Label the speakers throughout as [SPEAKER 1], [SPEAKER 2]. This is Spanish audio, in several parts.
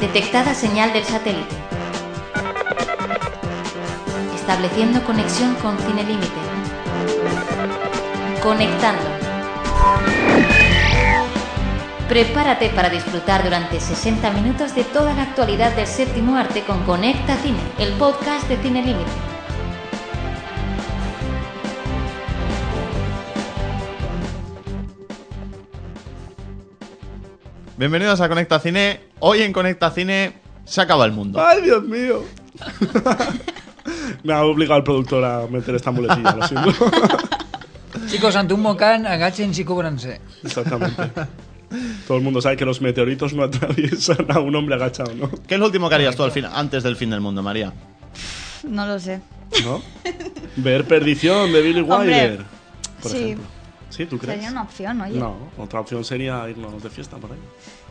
[SPEAKER 1] Detectada señal del satélite. Estableciendo conexión con Cine Límite. Conectando. Prepárate para disfrutar durante 60 minutos de toda la actualidad del séptimo arte con Conecta Cine, el podcast de Cine Límite.
[SPEAKER 2] Bienvenidos a Conecta Cine. Hoy en Conecta Cine se acaba el mundo.
[SPEAKER 3] ¡Ay, Dios mío! Me ha obligado el productor a meter esta muletilla, lo siento.
[SPEAKER 4] Chicos, ante un mocán, agáchense y cúbranse.
[SPEAKER 3] Exactamente. Todo el mundo sabe que los meteoritos no atraviesan a un hombre agachado, ¿no?
[SPEAKER 2] ¿Qué es lo último que harías tú al final, antes del fin del mundo, María?
[SPEAKER 5] No lo sé.
[SPEAKER 3] ¿No? Ver Perdición de Billy
[SPEAKER 5] Hombre,
[SPEAKER 3] Wilder. Por
[SPEAKER 5] sí.
[SPEAKER 3] ejemplo. ¿Sí? ¿Tú crees?
[SPEAKER 5] Sería una opción, oye.
[SPEAKER 3] No, otra opción sería irnos de fiesta por ahí.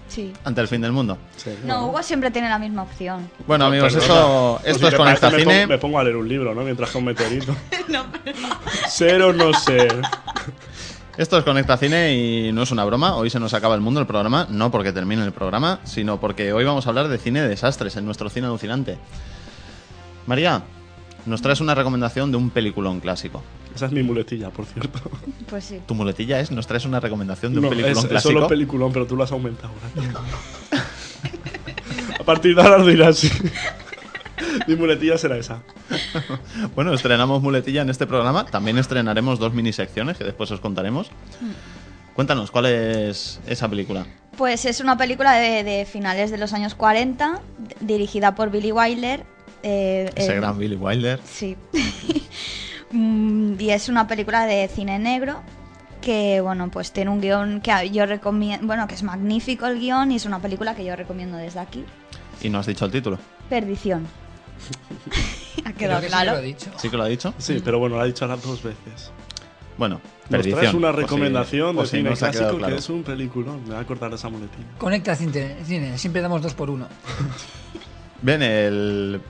[SPEAKER 5] Sí.
[SPEAKER 2] Ante el fin del mundo.
[SPEAKER 3] Sí,
[SPEAKER 5] No, Hugo siempre tiene la misma opción.
[SPEAKER 2] Bueno, amigos,
[SPEAKER 3] Perdona.
[SPEAKER 2] eso,
[SPEAKER 3] Pues
[SPEAKER 2] esto
[SPEAKER 3] si
[SPEAKER 2] es
[SPEAKER 3] te parece,
[SPEAKER 2] Conecta
[SPEAKER 3] me pongo-
[SPEAKER 2] Cine.
[SPEAKER 3] Me pongo a leer un libro, ¿no? Mientras que un meteorito. Ser o no ser.
[SPEAKER 2] Esto es Conecta Cine y no es una broma. Hoy se nos acaba el mundo el programa, no porque termine el programa, sino porque hoy vamos a hablar de cine de desastres en nuestro cine alucinante. María, nos traes una recomendación de un peliculón clásico.
[SPEAKER 3] Esa es mi muletilla, por cierto.
[SPEAKER 5] Pues sí.
[SPEAKER 2] Tu muletilla es, nos traes una recomendación de un
[SPEAKER 3] No,
[SPEAKER 2] peliculón
[SPEAKER 3] es, es
[SPEAKER 2] clásico.
[SPEAKER 3] solo peliculón, pero tú lo has aumentado. gracias. a partir de ahora lo dirás. sí. Mi muletilla será esa.
[SPEAKER 2] Bueno, estrenamos muletilla en este programa. También estrenaremos dos minisecciones que después os contaremos. Cuéntanos, ¿cuál es esa película?
[SPEAKER 5] Pues es una película de, de finales de los años 40, d- dirigida por Billy Wilder. eh,
[SPEAKER 2] Ese
[SPEAKER 5] el-
[SPEAKER 2] gran Billy Wilder.
[SPEAKER 5] Sí. Mm, y es una película de cine negro que, bueno, pues tiene un guión que a- yo recomiendo, bueno, que es magnífico el guión y es una película que yo recomiendo desde aquí.
[SPEAKER 2] Y no has dicho el título.
[SPEAKER 5] Perdición. ha
[SPEAKER 4] Creo
[SPEAKER 5] quedado
[SPEAKER 4] que sí que
[SPEAKER 5] claro.
[SPEAKER 4] lo he dicho.
[SPEAKER 2] ¿Sí que lo ha dicho?
[SPEAKER 3] Sí, pero bueno, la he dicho las dos veces.
[SPEAKER 2] Bueno,
[SPEAKER 3] Nos
[SPEAKER 2] perdición. Pues
[SPEAKER 3] traes una
[SPEAKER 2] por si-
[SPEAKER 3] recomendación
[SPEAKER 2] por
[SPEAKER 3] de
[SPEAKER 2] si
[SPEAKER 3] cine
[SPEAKER 2] no os ha
[SPEAKER 3] clásico
[SPEAKER 2] quedado claro.
[SPEAKER 3] que es un peliculón. Me voy a acordar de esa muletilla.
[SPEAKER 4] Conecta cine, cine, siempre damos dos por uno.
[SPEAKER 2] Bien, el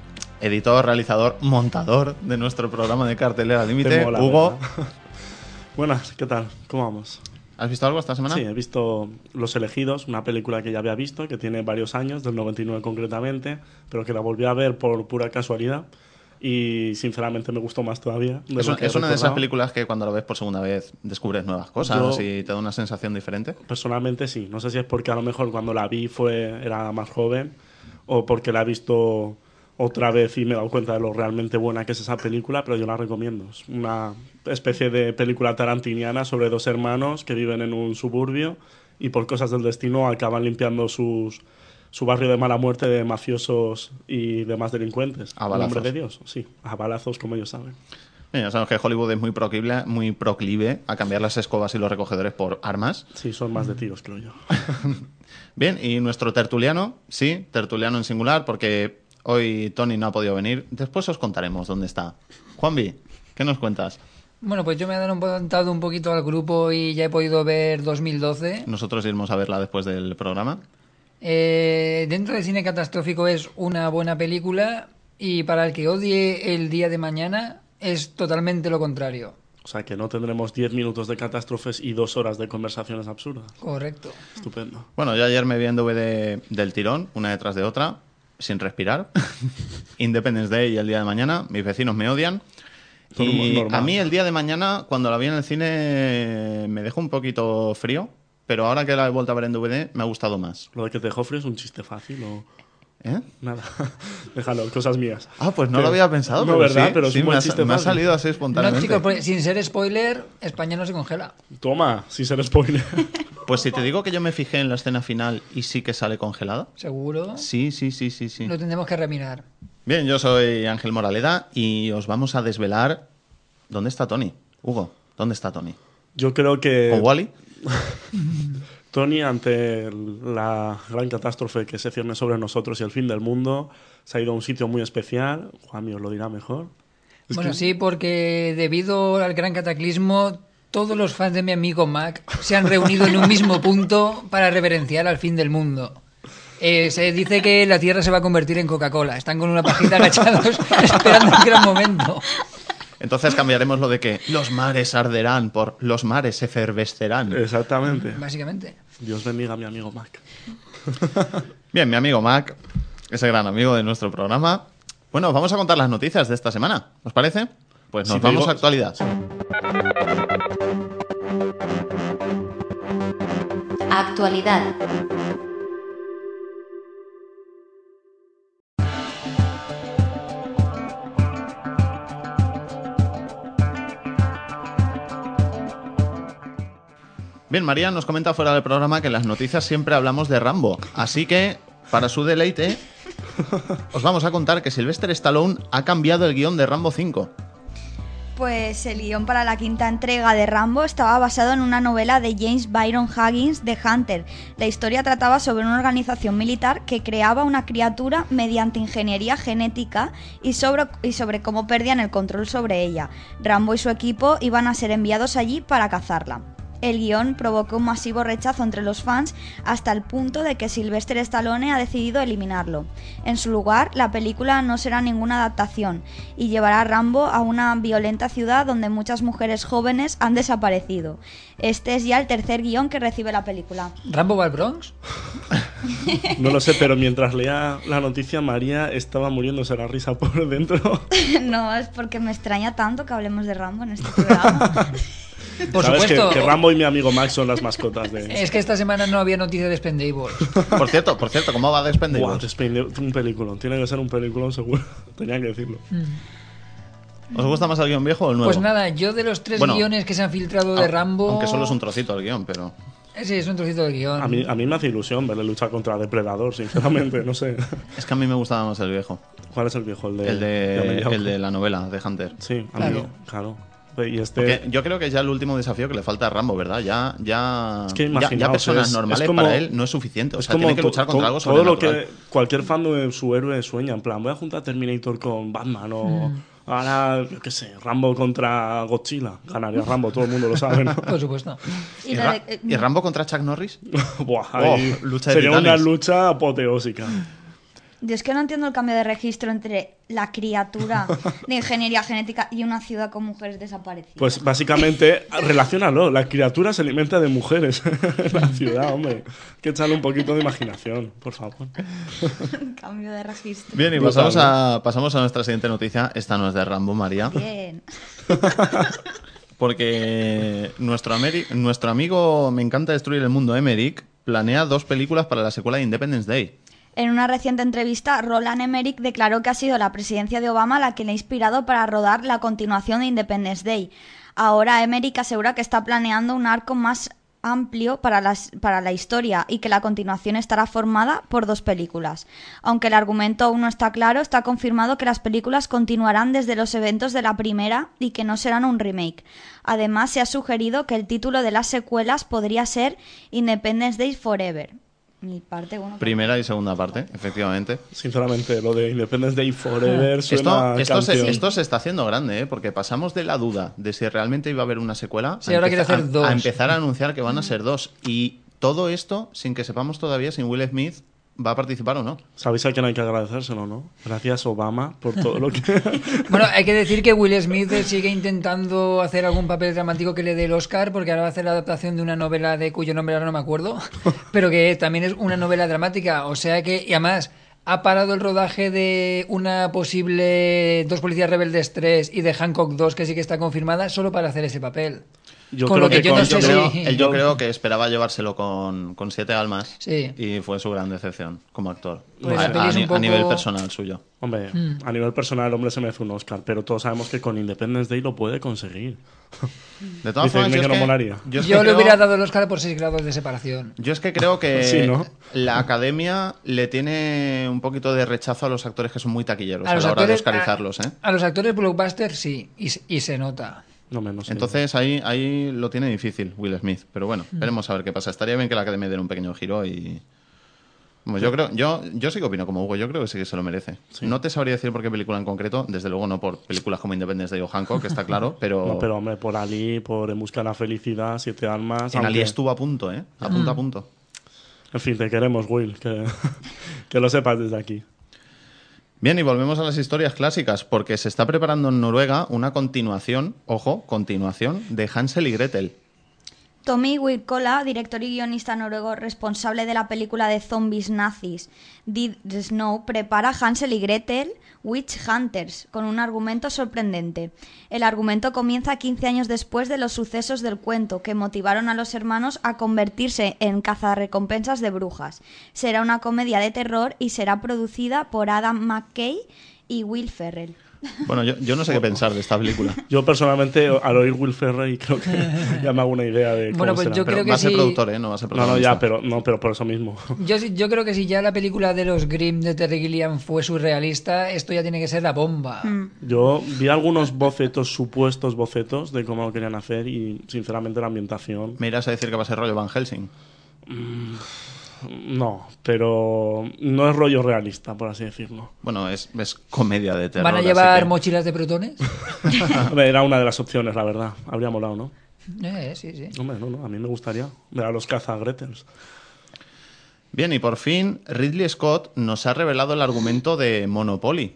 [SPEAKER 2] editor, realizador, montador de nuestro programa de cartelera límite,
[SPEAKER 3] Te mola,
[SPEAKER 2] Hugo.
[SPEAKER 3] ¿verdad? Buenas, ¿qué tal? ¿Cómo vamos?
[SPEAKER 2] ¿Has visto algo esta semana?
[SPEAKER 3] Sí, he visto Los Elegidos, una película que ya había visto, que tiene varios años, del 99 concretamente, pero que la volví a ver por pura casualidad y sinceramente me gustó más todavía. de
[SPEAKER 2] Es,
[SPEAKER 3] lo
[SPEAKER 2] un-
[SPEAKER 3] que
[SPEAKER 2] es una de esas
[SPEAKER 3] recordaba.
[SPEAKER 2] películas que cuando la ves por segunda vez descubres nuevas cosas
[SPEAKER 3] Yo-
[SPEAKER 2] y te da una sensación diferente.
[SPEAKER 3] Personalmente sí, no sé si es porque a lo mejor cuando la vi fue, era más joven o porque la he visto otra vez y me he dado cuenta de lo realmente buena que es esa película, pero yo la recomiendo. Es una especie de película tarantiniana sobre dos hermanos que viven en un suburbio y por cosas del destino acaban limpiando sus, su barrio de mala muerte de mafiosos y demás delincuentes.
[SPEAKER 2] A
[SPEAKER 3] En
[SPEAKER 2] balazos.
[SPEAKER 3] nombre de Dios, sí, a balazos como ellos saben.
[SPEAKER 2] Mira, sabemos que Hollywood es muy proclive, muy proclive a cambiar las escobas y los recogedores por armas.
[SPEAKER 3] Sí, son más de tiros, creo yo.
[SPEAKER 2] Bien, y nuestro tertuliano, sí, tertuliano en singular, porque hoy Tony no ha podido venir. Después os contaremos dónde está. Juanvi, ¿qué nos cuentas?
[SPEAKER 4] Bueno, pues yo me he adelantado un poquito al grupo y ya he podido ver 2012.
[SPEAKER 2] Nosotros iremos a verla después del programa.
[SPEAKER 4] Eh, dentro de cine catastrófico es una buena película y para el que odie el día de mañana es totalmente lo contrario.
[SPEAKER 3] O sea que no tendremos 10 minutos de catástrofes y dos horas de conversaciones absurdas.
[SPEAKER 4] Correcto.
[SPEAKER 3] Estupendo.
[SPEAKER 2] Bueno, yo ayer me vi en DVD del tirón, una detrás de otra, sin respirar. Independence Day y el día de mañana. Mis vecinos me odian.
[SPEAKER 3] Todo
[SPEAKER 2] Y
[SPEAKER 3] muy normal.
[SPEAKER 2] a mí el día de mañana, cuando la vi en el cine, me dejó un poquito frío. Pero ahora que la he vuelto a ver en DVD, me ha gustado más.
[SPEAKER 3] Lo de que te dejó frío es un chiste fácil o
[SPEAKER 2] ¿Eh?
[SPEAKER 3] nada. Déjalo, cosas mías.
[SPEAKER 2] Ah, pues no
[SPEAKER 3] Pero-
[SPEAKER 2] lo había pensado.
[SPEAKER 3] No,
[SPEAKER 2] pero
[SPEAKER 3] ¿verdad?
[SPEAKER 2] sí,
[SPEAKER 3] pero es
[SPEAKER 2] sí,
[SPEAKER 3] un
[SPEAKER 2] me,
[SPEAKER 3] buen
[SPEAKER 2] ha,
[SPEAKER 3] chiste
[SPEAKER 2] me ha
[SPEAKER 3] fácil.
[SPEAKER 2] salido así
[SPEAKER 4] No, pues
[SPEAKER 2] espontáneamente.
[SPEAKER 4] chicos, porque sin ser spoiler, España no se congela.
[SPEAKER 3] Toma, si se spoiler.
[SPEAKER 2] Pues si te digo que yo me fijé en la escena final y sí que sale congelada.
[SPEAKER 4] Seguro.
[SPEAKER 2] Sí, sí, sí, sí, sí.
[SPEAKER 4] Lo tendremos que remirar.
[SPEAKER 2] Bien, yo soy Ángel Moraleda y os vamos a desvelar
[SPEAKER 3] Eh,
[SPEAKER 2] dónde está Tony. Hugo, ¿dónde está Tony?
[SPEAKER 3] Yo creo que
[SPEAKER 2] ¿O Wally?
[SPEAKER 3] Tony, ante el- la gran catástrofe que se cierne sobre nosotros y el fin del mundo, se ha ido a un sitio muy especial. Juanmi os lo dirá mejor. Es
[SPEAKER 4] Bueno,
[SPEAKER 3] que-
[SPEAKER 4] sí, porque debido al gran cataclismo, todos los fans de mi amigo Mac se han reunido en un mismo punto para reverenciar al fin del mundo. Eh, se dice que la Tierra se va a convertir en Coca-Cola. Están con una pajita agachados esperando un gran momento.
[SPEAKER 2] Entonces cambiaremos lo de que los mares arderán por los mares
[SPEAKER 3] Eh.
[SPEAKER 2] efervescerán.
[SPEAKER 3] Exactamente.
[SPEAKER 4] Básicamente.
[SPEAKER 3] Dios bendiga a mi amigo Mac.
[SPEAKER 2] Bien, mi amigo Mac, ese gran amigo de nuestro programa. Bueno, vamos a contar las noticias de esta semana, ¿os parece? Pues nos
[SPEAKER 3] Si te
[SPEAKER 2] vamos
[SPEAKER 3] digo-
[SPEAKER 2] a actualidad.
[SPEAKER 1] Actualidad.
[SPEAKER 2] Bien, María nos comenta fuera del programa que en las noticias siempre hablamos de Rambo. Así que, para su deleite, os vamos a contar que Sylvester Stallone ha cambiado el guión de Rambo 5.
[SPEAKER 5] Pues el guión para la quinta entrega de Rambo estaba basado en una novela de James Byron Huggins de Hunter. La historia trataba sobre una organización militar que creaba una criatura mediante ingeniería genética y sobre, y sobre cómo perdían el control sobre ella. Rambo y su equipo iban a ser enviados allí para cazarla. El guión provocó un masivo rechazo entre los fans hasta el punto de que Sylvester Stallone ha decidido eliminarlo. En su lugar, la película no será ninguna adaptación y llevará a Rambo a una violenta ciudad donde muchas mujeres jóvenes han desaparecido. Este es ya el tercer guión que recibe la película.
[SPEAKER 4] ¿Rambo va al Bronx?
[SPEAKER 3] No lo sé, pero mientras leía la noticia, María estaba muriéndose la risa por dentro.
[SPEAKER 5] no, es porque me extraña tanto que hablemos de Rambo en este programa.
[SPEAKER 4] Por
[SPEAKER 3] Sabes que-
[SPEAKER 4] supuesto.
[SPEAKER 3] Que, Rambo y mi amigo Mac son las mascotas de.
[SPEAKER 4] Es que esta semana no había noticia de Spendables.
[SPEAKER 2] Por cierto, por cierto, ¿cómo va
[SPEAKER 3] Buah,
[SPEAKER 2] Despendidos?
[SPEAKER 3] Despende- un peliculón. Tiene que ser un peliculón seguro. Tenía que decirlo.
[SPEAKER 2] ¿Os gusta más el guión viejo o el nuevo?
[SPEAKER 4] Pues nada, yo de los tres
[SPEAKER 2] Bueno,
[SPEAKER 4] guiones que se han filtrado de
[SPEAKER 2] Au-
[SPEAKER 4] Rambo.
[SPEAKER 2] Aunque solo es un trocito el guión, pero.
[SPEAKER 4] Eh, Sí, es un trocito de guión.
[SPEAKER 3] A mí, a mí me hace ilusión verle luchar contra Depredador, sinceramente. No sé.
[SPEAKER 2] Es que a mí me gustaba más el viejo.
[SPEAKER 3] ¿Cuál es el viejo? El de.
[SPEAKER 2] El
[SPEAKER 3] ya me he
[SPEAKER 2] de,
[SPEAKER 3] liado.
[SPEAKER 2] el de la novela de Hunter.
[SPEAKER 3] Sí, a
[SPEAKER 4] Claro.
[SPEAKER 3] mí. Claro. Y este.
[SPEAKER 2] Porque yo creo que es ya el último desafío que le falta a Rambo, ¿verdad? Ya, ya,
[SPEAKER 3] que
[SPEAKER 2] ya- ya,
[SPEAKER 3] imaginaos,
[SPEAKER 2] personas
[SPEAKER 3] es-
[SPEAKER 2] normales
[SPEAKER 3] es como-
[SPEAKER 2] para él no es suficiente. O
[SPEAKER 3] es
[SPEAKER 2] sea, tiene que
[SPEAKER 3] to-
[SPEAKER 2] luchar
[SPEAKER 3] to-
[SPEAKER 2] contra algo
[SPEAKER 3] Todo lo
[SPEAKER 2] sobrenatural.
[SPEAKER 3] que cualquier fan de su héroe sueña. En plan, voy a juntar Terminator con Batman o. Ahora, yo qué sé, Rambo contra Godzilla. Ganaría Rambo, todo el mundo lo sabe, ¿no?
[SPEAKER 4] Por supuesto.
[SPEAKER 2] ¿Y,
[SPEAKER 5] la
[SPEAKER 2] Ra-
[SPEAKER 4] eh,
[SPEAKER 5] de-
[SPEAKER 2] y Rambo contra Chuck Norris?
[SPEAKER 3] Buah,
[SPEAKER 2] Oh,
[SPEAKER 3] ahí
[SPEAKER 2] lucha de
[SPEAKER 3] sería una
[SPEAKER 2] titanes.
[SPEAKER 3] lucha apoteósica.
[SPEAKER 5] Yo es que no entiendo el cambio de registro entre la criatura de ingeniería genética y una ciudad con mujeres desaparecidas.
[SPEAKER 3] Pues básicamente, relacionalo. La criatura se alimenta de mujeres en la ciudad, hombre. Hay que echarle un poquito de imaginación, por favor.
[SPEAKER 5] cambio de registro.
[SPEAKER 2] Bien, y
[SPEAKER 3] Brutal,
[SPEAKER 2] pasamos a, pasamos a nuestra siguiente noticia. Esta no es de Rambo, María.
[SPEAKER 5] Bien.
[SPEAKER 2] Porque nuestro, Ameri- nuestro amigo Me encanta destruir el mundo, Emerick, planea dos películas para la secuela de Independence Day.
[SPEAKER 5] En una reciente entrevista, Roland Emmerich declaró que ha sido la presidencia de Obama la que le ha inspirado para rodar la continuación de Independence Day. Ahora Emmerich asegura que está planeando un arco más amplio para, las- para la historia y que la continuación estará formada por dos películas. Aunque el argumento aún no está claro, está confirmado que las películas continuarán desde los eventos de la primera y que no serán un remake. Además, se ha sugerido que el título de las secuelas podría ser Independence Day Forever. Mi parte uno.
[SPEAKER 2] Primera y segunda parte, efectivamente.
[SPEAKER 3] Sinceramente, lo de Independence Day Forever suena
[SPEAKER 2] Esto,
[SPEAKER 3] a
[SPEAKER 2] esto, se,
[SPEAKER 3] canción.
[SPEAKER 2] esto se está haciendo grande, ¿eh? porque pasamos de la duda de si realmente iba a haber una secuela
[SPEAKER 4] Sí, ahora quiere
[SPEAKER 2] empeza-
[SPEAKER 4] hacer dos.
[SPEAKER 2] a empezar a anunciar que van a ser dos. Y todo esto sin que sepamos todavía si Will Smith va a participar o no.
[SPEAKER 3] Sabéis a quién hay que agradecérselo, ¿no? Gracias, Obama, por todo lo que...
[SPEAKER 4] Bueno, hay que decir que Will Smith sigue intentando hacer algún papel dramático que le dé el Oscar, porque ahora va a hacer la adaptación de una novela de cuyo nombre ahora no me acuerdo, pero que también es una novela dramática. O sea que, y además, ha parado el rodaje de una posible Dos Policías Rebeldes 3 y de Hancock 2, que sí que está confirmada, solo para hacer ese papel.
[SPEAKER 3] Yo
[SPEAKER 4] Con
[SPEAKER 3] creo
[SPEAKER 4] lo que
[SPEAKER 3] que
[SPEAKER 4] yo no
[SPEAKER 3] con-
[SPEAKER 4] sé
[SPEAKER 3] yo
[SPEAKER 4] si-
[SPEAKER 2] creo,
[SPEAKER 4] sí.
[SPEAKER 2] él yo creo que esperaba llevárselo con, con siete almas
[SPEAKER 4] Sí.
[SPEAKER 2] y fue su gran decepción como actor.
[SPEAKER 4] Pues
[SPEAKER 2] a,
[SPEAKER 4] la peli es
[SPEAKER 2] a ni-
[SPEAKER 4] un poco-
[SPEAKER 2] a nivel personal suyo.
[SPEAKER 3] Hombre,
[SPEAKER 4] Mm.
[SPEAKER 3] a nivel personal el hombre se merece un Oscar, pero todos sabemos que con Independence Day lo puede conseguir.
[SPEAKER 2] De todas
[SPEAKER 3] Dice,
[SPEAKER 2] formas,
[SPEAKER 3] "Dime
[SPEAKER 2] yo,
[SPEAKER 3] que
[SPEAKER 2] es
[SPEAKER 3] no
[SPEAKER 2] que-
[SPEAKER 3] molaría".
[SPEAKER 2] yo es que
[SPEAKER 4] Yo le
[SPEAKER 2] creo-
[SPEAKER 4] hubiera dado el Oscar por 6 grados de separación.
[SPEAKER 2] Yo es que creo que
[SPEAKER 3] Sí, ¿no?
[SPEAKER 2] la academia le tiene un poquito de rechazo a los actores que son muy taquilleros Pues a, la hora de
[SPEAKER 4] actores- ah,
[SPEAKER 2] oscarizarlos, ¿eh?
[SPEAKER 4] a- a los actores blockbuster sí, y, se- y se nota.
[SPEAKER 3] No menos. sí.
[SPEAKER 2] Entonces ahí, ahí lo tiene difícil Will Smith, pero bueno,
[SPEAKER 4] Mm.
[SPEAKER 2] veremos a ver qué pasa. Estaría bien que la academia diera un pequeño giro y. Bueno, yo creo, yo, yo sí que opino como Hugo, yo creo que sí que se lo merece. No te sabría decir por qué película en concreto, desde luego no por películas como Independence Day o Hancock, que está claro, pero,
[SPEAKER 3] No, pero hombre, por Ali, por En Busca de la Felicidad, Siete Almas.
[SPEAKER 2] en Ali
[SPEAKER 3] aunque-
[SPEAKER 2] estuvo a punto, ¿eh? A punto a punto.
[SPEAKER 3] En fin, te queremos, Will, que, que lo sepas desde aquí.
[SPEAKER 2] Bien, y volvemos a las historias clásicas, porque se está preparando en Noruega una continuación, ojo, continuación, de Hansel y Gretel.
[SPEAKER 5] Tommy Wirkola, director y guionista noruego responsable de la película de zombies nazis Did Snow, prepara Hansel y Gretel Witch Hunters con un argumento sorprendente. El argumento comienza 15 años después de los sucesos del cuento que motivaron a los hermanos a convertirse en cazarrecompensas de brujas. Será una comedia de terror y será producida por Adam McKay y Will Ferrell.
[SPEAKER 2] Bueno, yo, yo no sé qué pensar de esta película.
[SPEAKER 3] Yo personalmente, al oír Will Ferrell, creo que ya me hago una idea de cómo
[SPEAKER 4] Bueno, pues
[SPEAKER 3] será.
[SPEAKER 4] yo
[SPEAKER 2] Pero
[SPEAKER 4] creo que
[SPEAKER 2] va a ser
[SPEAKER 4] sí.
[SPEAKER 2] productor, ¿eh? No va a ser
[SPEAKER 3] No, no,
[SPEAKER 2] protagonista.
[SPEAKER 3] ya, pero, no, pero por eso mismo.
[SPEAKER 4] Yo, sí- yo creo que si ya la película de los Grimm de Terry Gilliam fue surrealista, esto ya tiene que ser la bomba.
[SPEAKER 3] Yo vi algunos bocetos, supuestos bocetos, de cómo lo querían hacer y, sinceramente, la ambientación.
[SPEAKER 2] Me irás a decir que va a ser rollo Van Helsing.
[SPEAKER 3] No, pero no es rollo realista, por así decirlo.
[SPEAKER 2] Bueno, es, es comedia de terror.
[SPEAKER 4] ¿Van a
[SPEAKER 2] así
[SPEAKER 4] llevar
[SPEAKER 2] que-
[SPEAKER 4] mochilas de protones?
[SPEAKER 3] Hombre, Era una de las opciones, la verdad. Habría molado, ¿no?
[SPEAKER 4] Eh, sí, sí.
[SPEAKER 3] Hombre, no, no, a mí me gustaría. Ver a los cazagretels.
[SPEAKER 2] Bien, y por fin Ridley Scott nos ha revelado el argumento de Monopoly.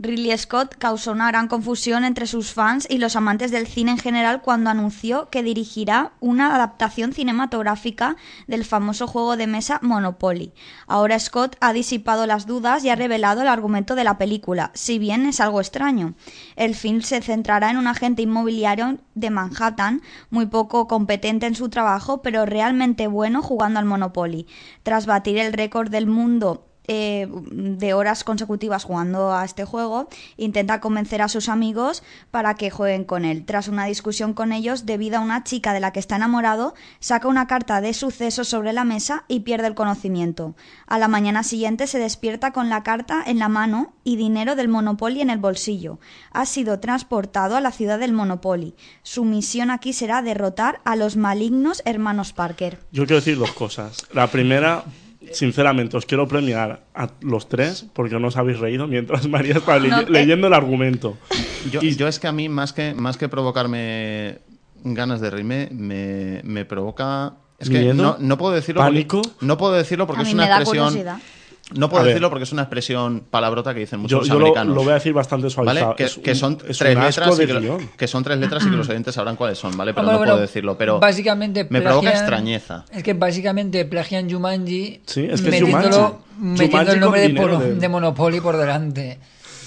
[SPEAKER 5] Ridley Scott causó una gran confusión entre sus fans y los amantes del cine en general cuando anunció que dirigirá una adaptación cinematográfica del famoso juego de mesa Monopoly. Ahora Scott ha disipado las dudas y ha revelado el argumento de la película, si bien es algo extraño. El film se centrará en un agente inmobiliario de Manhattan, muy poco competente en su trabajo, pero realmente bueno jugando al Monopoly. Tras batir el récord del mundo eh, de horas consecutivas jugando a este juego, intenta convencer a sus amigos para que jueguen con él. Tras una discusión con ellos, debido a una chica de la que está enamorado, saca una carta de suceso sobre la mesa y pierde el conocimiento. A la mañana siguiente se despierta con la carta en la mano y dinero del Monopoly en el bolsillo. Ha sido transportado a la ciudad del Monopoly. Su misión aquí será derrotar a los malignos hermanos Parker.
[SPEAKER 3] Yo quiero decir dos cosas. La primera, sinceramente, os quiero premiar a los tres porque no os habéis reído mientras María está le-
[SPEAKER 5] No te-
[SPEAKER 3] leyendo el argumento.
[SPEAKER 2] Yo,
[SPEAKER 3] Y-
[SPEAKER 2] yo es que a mí, más que, más que provocarme ganas de reírme, me, me provoca. Es que
[SPEAKER 3] ¿Miedo?
[SPEAKER 2] no, no puedo decirlo. porque-
[SPEAKER 3] ¿Pánico?
[SPEAKER 2] no puedo decirlo porque
[SPEAKER 5] A
[SPEAKER 2] es
[SPEAKER 5] mí
[SPEAKER 2] una
[SPEAKER 5] me da
[SPEAKER 2] expresión.
[SPEAKER 5] curiosidad.
[SPEAKER 2] No puedo
[SPEAKER 3] A ver.
[SPEAKER 2] decirlo porque es una expresión palabrota que dicen
[SPEAKER 3] Yo,
[SPEAKER 2] muchos
[SPEAKER 3] yo lo,
[SPEAKER 2] americanos.
[SPEAKER 3] lo voy a decir bastante suavizado.
[SPEAKER 2] ¿Vale? Que,
[SPEAKER 3] Es
[SPEAKER 2] que
[SPEAKER 3] un-
[SPEAKER 2] son
[SPEAKER 3] es
[SPEAKER 2] tres
[SPEAKER 3] un asco
[SPEAKER 2] letras y
[SPEAKER 3] de
[SPEAKER 2] que, lo-
[SPEAKER 3] guión.
[SPEAKER 2] que son tres letras y que los oyentes sabrán cuáles son, ¿vale? Pero
[SPEAKER 4] Hombre,
[SPEAKER 2] no
[SPEAKER 4] bueno,
[SPEAKER 2] puedo decirlo. Pero
[SPEAKER 4] básicamente
[SPEAKER 2] me provoca
[SPEAKER 4] plagian-
[SPEAKER 2] extrañeza.
[SPEAKER 4] Es que básicamente plagian Jumanji
[SPEAKER 3] Sí, es que es
[SPEAKER 4] metiéndolo-
[SPEAKER 3] Jumanji.
[SPEAKER 4] metiendo
[SPEAKER 3] Jumanji
[SPEAKER 4] el
[SPEAKER 3] con
[SPEAKER 4] nombre de,
[SPEAKER 3] dinero
[SPEAKER 4] Polo-
[SPEAKER 3] de-
[SPEAKER 4] de Monopoly por delante.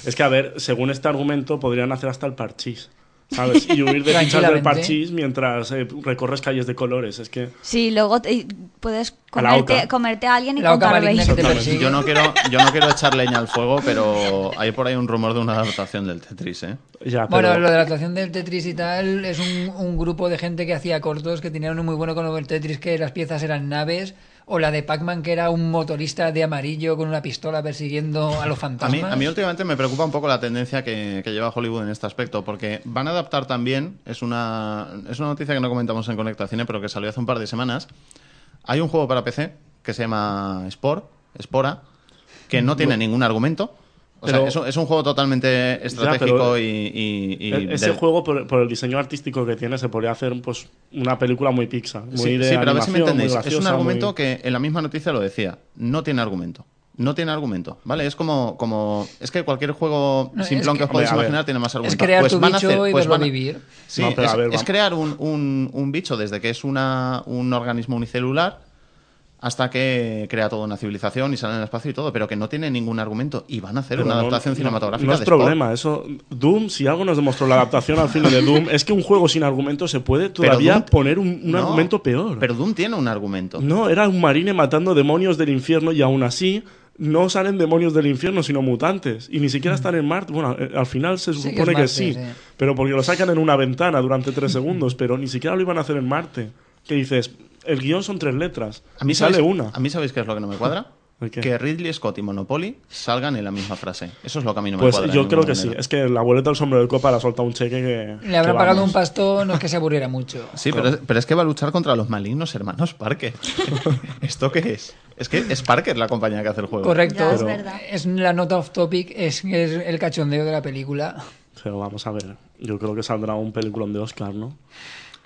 [SPEAKER 3] Es que, a ver, según este argumento, podrían hacer hasta el parchís. ¿Sabes? Y huir de fichas del
[SPEAKER 4] Tranquilamente.
[SPEAKER 3] parchís mientras eh, recorres calles de colores. Es que.
[SPEAKER 5] Sí, luego te- puedes
[SPEAKER 3] A la
[SPEAKER 5] comerte,
[SPEAKER 3] oca.
[SPEAKER 5] comerte a alguien y
[SPEAKER 4] La oca
[SPEAKER 5] comprar
[SPEAKER 4] maligna que te
[SPEAKER 5] veinte.
[SPEAKER 4] persigue.
[SPEAKER 2] Yo no, quiero, yo no quiero echar leña al fuego, pero hay por ahí un rumor de una adaptación del Tetris, ¿eh?
[SPEAKER 3] Ya, pero.
[SPEAKER 4] Bueno, lo de la actuación del Tetris y tal es un, un grupo de gente que hacía cortos que tenían un muy bueno con el Tetris, que las piezas eran naves, o la de Pac-Man, que era un motorista de amarillo con una pistola persiguiendo a los
[SPEAKER 2] A mí,
[SPEAKER 4] fantasmas.
[SPEAKER 2] a mí últimamente me preocupa un poco la tendencia que, que lleva Hollywood en este aspecto, porque van a adaptar también, es una, es una noticia que no comentamos en Conecta Cine, pero que salió hace un par de semanas. Hay un juego para PC que se llama Spore, Spora, que no tiene ningún argumento. O sea,
[SPEAKER 3] Pero-
[SPEAKER 2] es, un- es un juego totalmente estratégico
[SPEAKER 3] pero-
[SPEAKER 2] y, y- y
[SPEAKER 3] e- Ese
[SPEAKER 2] del-
[SPEAKER 3] juego, por, por el diseño artístico que tiene, se podría hacer pues una película muy pizza. Muy
[SPEAKER 2] sí,
[SPEAKER 3] de
[SPEAKER 2] sí, pero a ver si me
[SPEAKER 3] animación, muy
[SPEAKER 2] entendéis. es un
[SPEAKER 3] graciosa,
[SPEAKER 2] argumento
[SPEAKER 3] muy-
[SPEAKER 2] que en la misma noticia lo decía. No tiene argumento. No tiene argumento, ¿vale? Es como, como es que cualquier juego
[SPEAKER 4] No,
[SPEAKER 2] simplón
[SPEAKER 4] es que-
[SPEAKER 2] que os podáis
[SPEAKER 3] Hombre, a ver.
[SPEAKER 2] imaginar tiene más argumento.
[SPEAKER 4] crear tu
[SPEAKER 2] pues van a
[SPEAKER 4] bicho y verlo
[SPEAKER 2] van a-
[SPEAKER 4] vivir.
[SPEAKER 2] Sí,
[SPEAKER 3] No, pero
[SPEAKER 2] es,
[SPEAKER 3] a ver,
[SPEAKER 2] es
[SPEAKER 3] vamos.
[SPEAKER 2] crear un, un- un bicho desde que es una, un organismo unicelular hasta que crea toda una civilización y sale en el espacio y todo, pero que no tiene ningún argumento y van a hacer
[SPEAKER 3] Pero
[SPEAKER 2] una
[SPEAKER 3] no-
[SPEAKER 2] adaptación
[SPEAKER 3] no-
[SPEAKER 2] cinematográfica.
[SPEAKER 3] No es
[SPEAKER 2] de Spore.
[SPEAKER 3] problema, eso. Doom, si algo nos demostró la adaptación al cine de Doom, es que un juego sin argumento se puede
[SPEAKER 2] Pero
[SPEAKER 3] todavía
[SPEAKER 2] Doom-
[SPEAKER 3] poner un, un
[SPEAKER 2] No,
[SPEAKER 3] argumento peor.
[SPEAKER 2] Pero Doom tiene un argumento.
[SPEAKER 3] No, era un marine matando demonios del infierno y aún así no salen demonios del infierno, sino mutantes. Y ni
[SPEAKER 2] Mm.
[SPEAKER 3] siquiera están en Marte. Bueno, eh, al final se
[SPEAKER 4] Sí que es
[SPEAKER 3] supone que
[SPEAKER 4] Marte,
[SPEAKER 3] sí,
[SPEAKER 4] sí.
[SPEAKER 3] pero porque lo sacan en una ventana durante tres segundos, pero ni siquiera lo iban a hacer en Marte. Que dices, el guión son tres letras,
[SPEAKER 2] A mí
[SPEAKER 3] sale
[SPEAKER 2] sabéis-
[SPEAKER 3] una.
[SPEAKER 2] A mí sabéis qué es lo que no me cuadra.
[SPEAKER 3] ¿El qué?
[SPEAKER 2] que Ridley Scott y Monopoly salgan en la misma frase. Eso es lo que a mí no me
[SPEAKER 3] Pues
[SPEAKER 2] cuadra. de
[SPEAKER 3] yo creo
[SPEAKER 2] ninguna
[SPEAKER 3] que sí.
[SPEAKER 2] manera.
[SPEAKER 3] Es que el abuelito del sombrero de copa le ha soltado un cheque que.
[SPEAKER 4] Le habrán
[SPEAKER 3] que
[SPEAKER 4] pagado un
[SPEAKER 3] vamos.
[SPEAKER 4] pastón, no es que se aburriera mucho.
[SPEAKER 2] Sí, pero es, pero es que va a luchar contra los malignos hermanos Parker. ¿Esto qué es? Es que es Parker la compañía que hace el juego.
[SPEAKER 4] Correcto.
[SPEAKER 5] Ya, es
[SPEAKER 4] Pero-
[SPEAKER 5] verdad.
[SPEAKER 4] Es la nota off topic, es, es el cachondeo de la película.
[SPEAKER 3] Pero vamos a ver. Yo creo que saldrá un peliculón de Oscar, ¿no?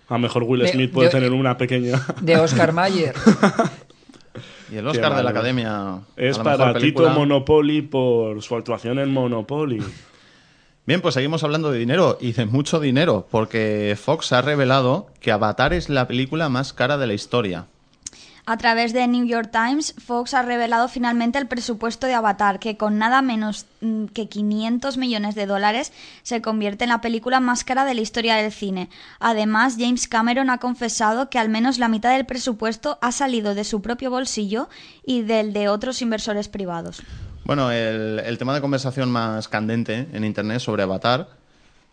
[SPEAKER 3] A lo mejor Will
[SPEAKER 4] De-
[SPEAKER 3] Smith puede
[SPEAKER 4] de-
[SPEAKER 3] tener una pequeña.
[SPEAKER 4] De Oscar Mayer.
[SPEAKER 2] Y el Oscar de la
[SPEAKER 3] bárbaro.
[SPEAKER 2] Academia.
[SPEAKER 3] Es
[SPEAKER 2] a la
[SPEAKER 3] para
[SPEAKER 2] mejor película.
[SPEAKER 3] Tito Monopoly por su actuación en Monopoly.
[SPEAKER 2] Bien, pues seguimos hablando de dinero y de mucho dinero, porque Fox ha revelado que Avatar es la película más cara de la historia.
[SPEAKER 5] A través de New York Times, Fox ha revelado finalmente el presupuesto de Avatar, que con nada menos mm, que 500 millones de dólares se convierte en la película más cara de la historia del cine. Además, James Cameron ha confesado que al menos la mitad del presupuesto ha salido de su propio bolsillo y del de otros inversores privados.
[SPEAKER 2] Bueno, el, el tema de conversación más candente en internet sobre Avatar,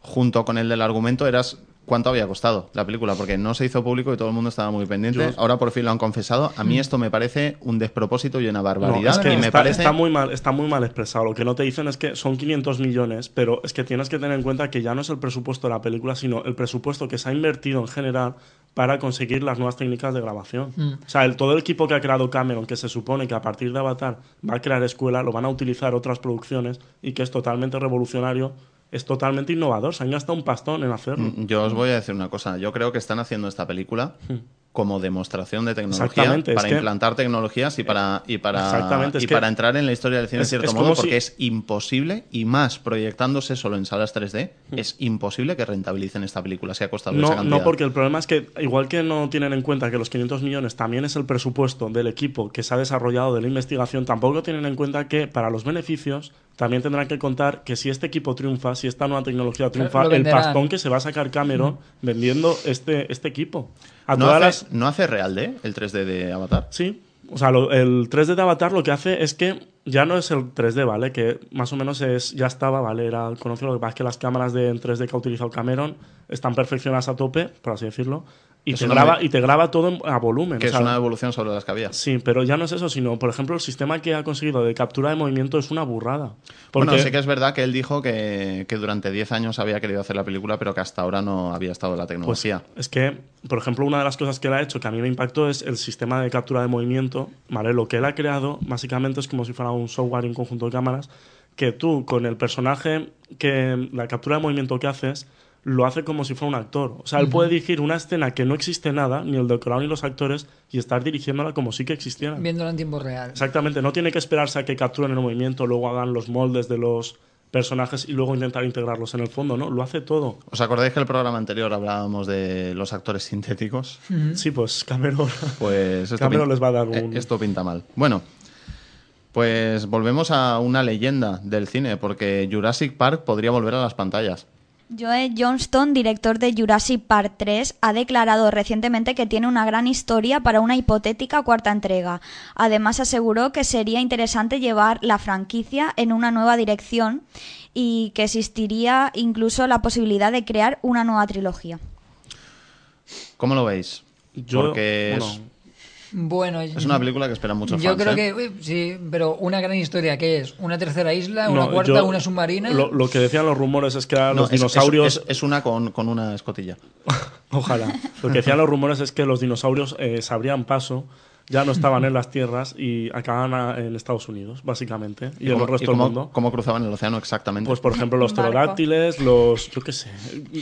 [SPEAKER 2] junto con el del argumento, eras cuánto había costado la película, porque no se hizo público y todo el mundo estaba muy pendiente.
[SPEAKER 3] Yo- Mm.
[SPEAKER 2] Ahora por fin lo han confesado. A mí esto me parece un despropósito y una
[SPEAKER 3] No,
[SPEAKER 2] barbaridad.
[SPEAKER 3] es que
[SPEAKER 2] y me
[SPEAKER 3] está,
[SPEAKER 2] parece.
[SPEAKER 3] está muy mal, está muy mal expresado. Lo que no te dicen es que son 500 millones, pero es que tienes que tener en cuenta que ya no es el presupuesto de la película, sino el presupuesto que se ha invertido en general para conseguir las nuevas técnicas de grabación. O sea, el, todo el equipo que ha creado Cameron, que se supone que a partir de Avatar va a crear escuela, lo van a utilizar otras producciones y que es totalmente revolucionario, es totalmente innovador. Se han gastado un pastón en hacerlo.
[SPEAKER 2] Yo os voy a decir una cosa. Yo creo que están haciendo esta película como demostración de tecnología
[SPEAKER 3] Hmm. Exactamente, es
[SPEAKER 2] para
[SPEAKER 3] que-
[SPEAKER 2] implantar tecnologías y para y para
[SPEAKER 3] Exactamente, es
[SPEAKER 2] y
[SPEAKER 3] que-
[SPEAKER 2] para entrar en la historia del cine
[SPEAKER 3] Es-
[SPEAKER 2] en cierto
[SPEAKER 3] es
[SPEAKER 2] modo
[SPEAKER 3] como si-
[SPEAKER 2] porque es imposible y más proyectándose solo en salas 3D es imposible que rentabilicen esta película si ha costado esa
[SPEAKER 3] Hmm. No,
[SPEAKER 2] cantidad.
[SPEAKER 3] no, porque el problema es que, igual que no tienen en cuenta que los 500 millones también es el presupuesto del equipo que se ha desarrollado de la investigación, tampoco tienen en cuenta que para los beneficios también tendrán que contar que si este equipo triunfa, si esta nueva tecnología triunfa,
[SPEAKER 4] lo
[SPEAKER 3] el
[SPEAKER 4] venderán.
[SPEAKER 3] pastón que se va a sacar Cameron vendiendo este, este equipo. A
[SPEAKER 2] no
[SPEAKER 3] todas
[SPEAKER 2] hace,
[SPEAKER 3] las.
[SPEAKER 2] no hace real de el 3D de Avatar.
[SPEAKER 3] Sí. O sea, lo- el 3D de Avatar lo que hace es que ya no es el 3D, ¿vale? Que más o menos es, ya estaba, ¿vale? Era conocido. Lo que pasa es que las cámaras de en 3D que ha utilizado Cameron están perfeccionadas a tope, por así decirlo. Y,
[SPEAKER 2] Es
[SPEAKER 3] te
[SPEAKER 2] una
[SPEAKER 3] graba,
[SPEAKER 2] de-
[SPEAKER 3] y te graba todo en- a volumen.
[SPEAKER 2] Que
[SPEAKER 3] o
[SPEAKER 2] es
[SPEAKER 3] sea,
[SPEAKER 2] una evolución sobre las que había.
[SPEAKER 3] Sí, pero ya no es eso, sino, por ejemplo, el sistema que ha conseguido de captura de movimiento es una burrada. Porque
[SPEAKER 2] Bueno, sí que es verdad que él dijo que, que durante 10 años había querido hacer la película, pero que hasta ahora no había estado la
[SPEAKER 3] Pues
[SPEAKER 2] tecnología.
[SPEAKER 3] es que, por ejemplo, una de las cosas que él ha hecho que a mí me impactó es el sistema de captura de movimiento. ¿vale? Lo que él ha creado básicamente es como si fuera un software y un conjunto de cámaras que tú con el personaje, que la captura de movimiento que haces, lo hace como si fuera un actor. O sea, él puede dirigir una escena que no existe nada, ni el decorado ni los actores, y estar dirigiéndola como si que existiera.
[SPEAKER 4] Viéndolo en tiempo real.
[SPEAKER 3] Exactamente, no tiene que esperarse a que capturen el movimiento, luego hagan los moldes de los personajes y luego intentar integrarlos en el fondo, ¿no? Lo hace todo.
[SPEAKER 2] ¿Os acordáis que el programa anterior hablábamos de los actores sintéticos?
[SPEAKER 3] Sí, pues Cameron.
[SPEAKER 2] Pues esto,
[SPEAKER 3] Cameron
[SPEAKER 2] pin-
[SPEAKER 3] les va a dar
[SPEAKER 2] eh,
[SPEAKER 3] un-
[SPEAKER 2] esto pinta mal. Bueno, pues volvemos a una leyenda del cine, porque Jurassic Park podría volver a las pantallas.
[SPEAKER 5] Joe Johnston, director de Jurassic Park 3, ha declarado recientemente que tiene una gran historia para una hipotética cuarta entrega. Además, aseguró que sería interesante llevar la franquicia en una nueva dirección y que existiría incluso la posibilidad de crear una nueva trilogía.
[SPEAKER 2] ¿Cómo lo veis?
[SPEAKER 3] Yo-
[SPEAKER 2] porque es,
[SPEAKER 3] bueno,
[SPEAKER 4] Bueno,
[SPEAKER 2] es una película que esperan muchos
[SPEAKER 4] yo
[SPEAKER 2] fans,
[SPEAKER 4] creo
[SPEAKER 2] ¿eh?
[SPEAKER 4] que uy, sí, pero una gran historia que es una tercera isla, una
[SPEAKER 3] no,
[SPEAKER 4] cuarta,
[SPEAKER 3] yo-
[SPEAKER 4] una submarina.
[SPEAKER 3] Lo, lo que decían los rumores es que ahora
[SPEAKER 2] No,
[SPEAKER 3] los
[SPEAKER 2] es- es-
[SPEAKER 3] dinosaurios.
[SPEAKER 2] Es, es una con, con una escotilla.
[SPEAKER 3] Ojalá. Lo que decían los rumores es que los dinosaurios eh, se abrían paso, ya no estaban en las tierras y acababan a- en Estados Unidos, básicamente, y, en
[SPEAKER 2] cómo-
[SPEAKER 3] el resto del
[SPEAKER 2] cómo,
[SPEAKER 3] mundo.
[SPEAKER 2] cómo cruzaban el océano exactamente?
[SPEAKER 3] Pues por ejemplo los
[SPEAKER 5] Un barco.
[SPEAKER 3] pterodáctiles, los yo qué sé,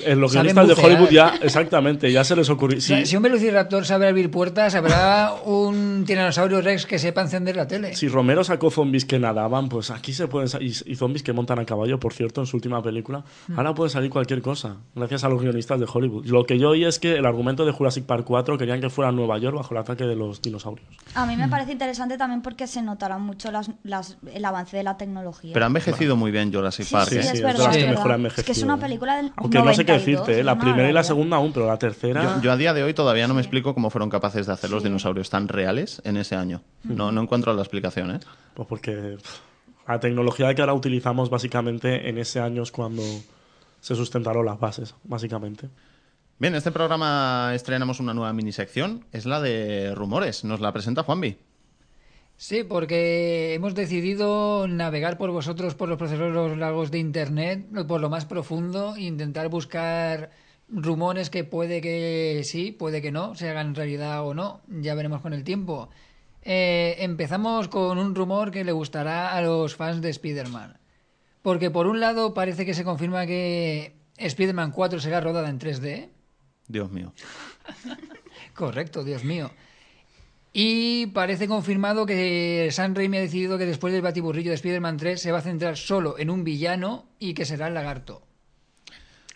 [SPEAKER 3] eh, los
[SPEAKER 4] Saben
[SPEAKER 3] guionistas de
[SPEAKER 4] bucear.
[SPEAKER 3] Hollywood ya exactamente, ya se les ocurrió.
[SPEAKER 4] O
[SPEAKER 3] Sí,
[SPEAKER 4] sea, Si un velociraptor sabe abrir puertas, habrá un tiranosaurio rex que sepa encender la tele.
[SPEAKER 3] Si Romero sacó zombies que nadaban, pues aquí se pueden sa- y, y zombies que montan a caballo, por cierto, en su última película.
[SPEAKER 5] Mm.
[SPEAKER 3] Ahora puede salir cualquier cosa, gracias a los guionistas de Hollywood. Lo que yo oí es que el argumento de Jurassic Park 4 querían que fuera Nueva York bajo el ataque de los dinosaurios.
[SPEAKER 5] A mí me parece interesante también porque se notará mucho las- las- el avance de la tecnología.
[SPEAKER 2] Pero ha envejecido muy bien Jurassic
[SPEAKER 5] Sí,
[SPEAKER 2] Park.
[SPEAKER 5] sí,
[SPEAKER 2] ¿eh?
[SPEAKER 5] es
[SPEAKER 3] de
[SPEAKER 5] verdad,
[SPEAKER 3] las
[SPEAKER 5] es
[SPEAKER 3] que
[SPEAKER 5] verdad.
[SPEAKER 3] mejor han
[SPEAKER 5] Es que es una
[SPEAKER 3] envejecido.
[SPEAKER 5] película del
[SPEAKER 3] Aunque no sé qué
[SPEAKER 5] 92,
[SPEAKER 3] decirte, ¿eh?
[SPEAKER 5] es
[SPEAKER 3] la
[SPEAKER 5] una
[SPEAKER 3] primera y la
[SPEAKER 5] barbaridad.
[SPEAKER 3] segunda aún, pero la tercera...
[SPEAKER 2] Yo, yo a día de hoy todavía no me explico cómo fueron capaces de hacer los dinosaurios tan reales en ese año. No, no encuentro la explicación, ¿eh?
[SPEAKER 3] Pues porque pf, la tecnología que ahora utilizamos básicamente en ese año es cuando se sustentaron las bases, básicamente.
[SPEAKER 2] Bien, este programa estrenamos una nueva minisección. Es la de rumores. Nos la presenta Juanvi.
[SPEAKER 4] Sí, porque hemos decidido navegar por vosotros por los procesos lagos de Internet, por lo más profundo, e intentar buscar rumores que puede que sí, puede que no, se hagan realidad o no, ya veremos con el tiempo. Eh, empezamos con un rumor que le gustará a los fans de Spider-Man. Porque por un lado parece que se confirma que Spider-Man 4 será rodada en 3D.
[SPEAKER 2] Dios mío.
[SPEAKER 4] Correcto, Dios mío. Y parece confirmado que San Raimi ha decidido que después del batiburrillo de Spider-Man 3 se va a centrar solo en un villano y que será el lagarto.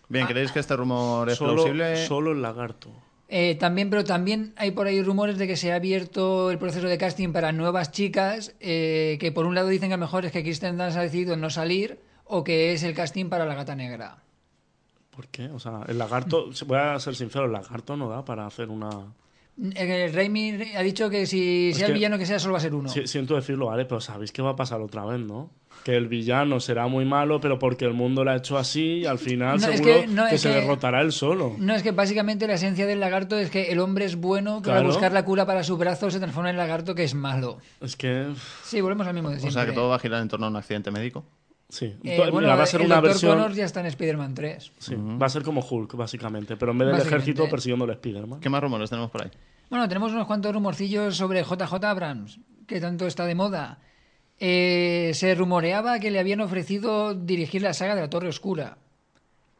[SPEAKER 2] Bien, ¿creéis que este rumor es
[SPEAKER 3] Solo,
[SPEAKER 2] plausible?
[SPEAKER 3] solo el lagarto.
[SPEAKER 4] Eh, también, pero también hay por ahí rumores de que se ha abierto el proceso de casting para nuevas chicas, eh, que por un lado dicen que a lo mejor es que Kristen Dunst ha decidido no salir o que es el casting para la gata negra.
[SPEAKER 3] ¿Por qué? O sea, el lagarto, voy a ser sincero, el lagarto no da para hacer una...
[SPEAKER 4] Eh, Raimi ha dicho que si
[SPEAKER 3] Es
[SPEAKER 4] sea el
[SPEAKER 3] que-
[SPEAKER 4] villano que sea, solo va a ser uno.
[SPEAKER 3] Si- siento decirlo, vale, pero sabéis que va a pasar otra vez, ¿no? Que el villano será muy malo, pero porque el mundo lo ha hecho así, y al final
[SPEAKER 4] No, es
[SPEAKER 3] seguro
[SPEAKER 4] que-
[SPEAKER 3] que,
[SPEAKER 4] no, es
[SPEAKER 3] se
[SPEAKER 4] que- Mm.
[SPEAKER 3] derrotará él solo.
[SPEAKER 4] No, es que básicamente la esencia del lagarto es que el hombre es bueno, pero al
[SPEAKER 3] Claro.
[SPEAKER 4] buscar la cura para su brazo se transforma en lagarto que es malo.
[SPEAKER 3] Es que. uf,
[SPEAKER 4] Sí, volvemos al mismo de
[SPEAKER 2] O sea,
[SPEAKER 4] siempre.
[SPEAKER 2] que todo va a girar en torno a un accidente médico.
[SPEAKER 3] Sí.
[SPEAKER 4] Eh,
[SPEAKER 3] Mira,
[SPEAKER 4] bueno,
[SPEAKER 3] va a ser
[SPEAKER 4] el
[SPEAKER 3] una
[SPEAKER 4] Dr.
[SPEAKER 3] versión.
[SPEAKER 4] Connors ya está en Spider-Man 3.
[SPEAKER 3] sí, Va a ser como Hulk, básicamente. Pero en vez del
[SPEAKER 4] Básicamente.
[SPEAKER 3] ejército persiguiendo al Spider-Man.
[SPEAKER 2] ¿Qué más rumores tenemos por ahí?
[SPEAKER 4] Bueno, tenemos unos cuantos rumorcillos sobre JJ Abrams, que tanto está de moda. Eh, se rumoreaba que le habían ofrecido dirigir la saga de la Torre Oscura,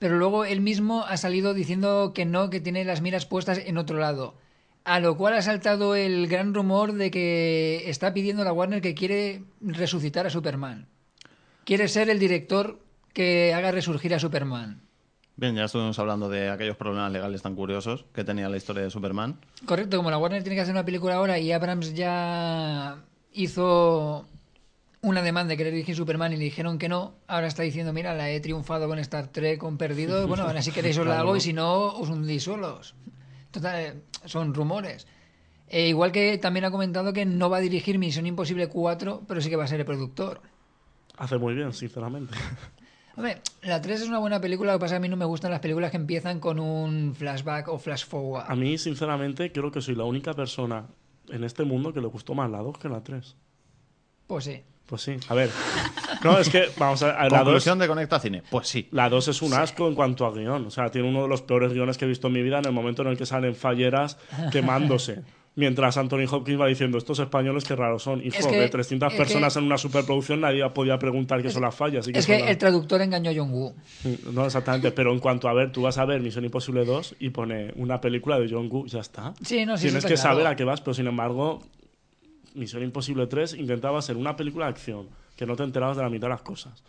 [SPEAKER 4] pero luego él mismo ha salido diciendo que no, que tiene las miras puestas en otro lado. A lo cual ha saltado el gran rumor de que está pidiendo a la Warner que quiere resucitar a Superman. Quiere ser el director que haga resurgir a Superman.
[SPEAKER 2] Bien, ya estuvimos hablando de aquellos problemas legales tan curiosos que tenía la historia de Superman.
[SPEAKER 4] Correcto, como la Warner tiene que hacer una película ahora y Abrams ya hizo una demanda de querer dirigir Superman y le dijeron que no, ahora está diciendo, mira, la he triunfado con Star Trek, con Perdido, bueno, ahora si queréis os la hago y si no, os hundís solos. Total, eh, son rumores. E igual que también ha comentado que no va a dirigir Misión Imposible 4, pero sí que va a ser el productor.
[SPEAKER 3] Hace muy bien, sinceramente.
[SPEAKER 4] Hombre, la 3 es una buena película, lo que pasa es que a mí no me gustan las películas que empiezan con un flashback o flash forward.
[SPEAKER 3] A mí, sinceramente, creo que soy la única persona en este mundo que le gustó más la 2 que la 3.
[SPEAKER 4] Pues sí.
[SPEAKER 3] Pues sí. A ver. No, es que, vamos a a la 2.
[SPEAKER 2] Conclusión de Conecta Cine. Pues sí.
[SPEAKER 3] La 2 es un asco en cuanto a guión. O sea, tiene uno de los peores guiones que he visto en mi vida en el momento en el que salen falleras quemándose. Mientras Anthony Hopkins va diciendo, estos españoles qué raros son. Hijo,
[SPEAKER 4] Es que-
[SPEAKER 3] de 300
[SPEAKER 4] es
[SPEAKER 3] personas
[SPEAKER 4] que-
[SPEAKER 3] en una superproducción nadie podía preguntar qué son las fallas. y qué
[SPEAKER 4] Es
[SPEAKER 3] son
[SPEAKER 4] que
[SPEAKER 3] las-
[SPEAKER 4] el traductor engañó a John
[SPEAKER 3] No, exactamente. Pero en cuanto a ver, tú vas a ver Misión Imposible 2 y pone una película de John Woo, ya está.
[SPEAKER 4] Sí, no, sí,
[SPEAKER 3] Tienes
[SPEAKER 4] eso está
[SPEAKER 3] que
[SPEAKER 4] claro.
[SPEAKER 3] saber a qué vas, pero sin embargo, Misión Imposible 3 intentaba ser una película de acción, que no te enterabas de la mitad de las cosas.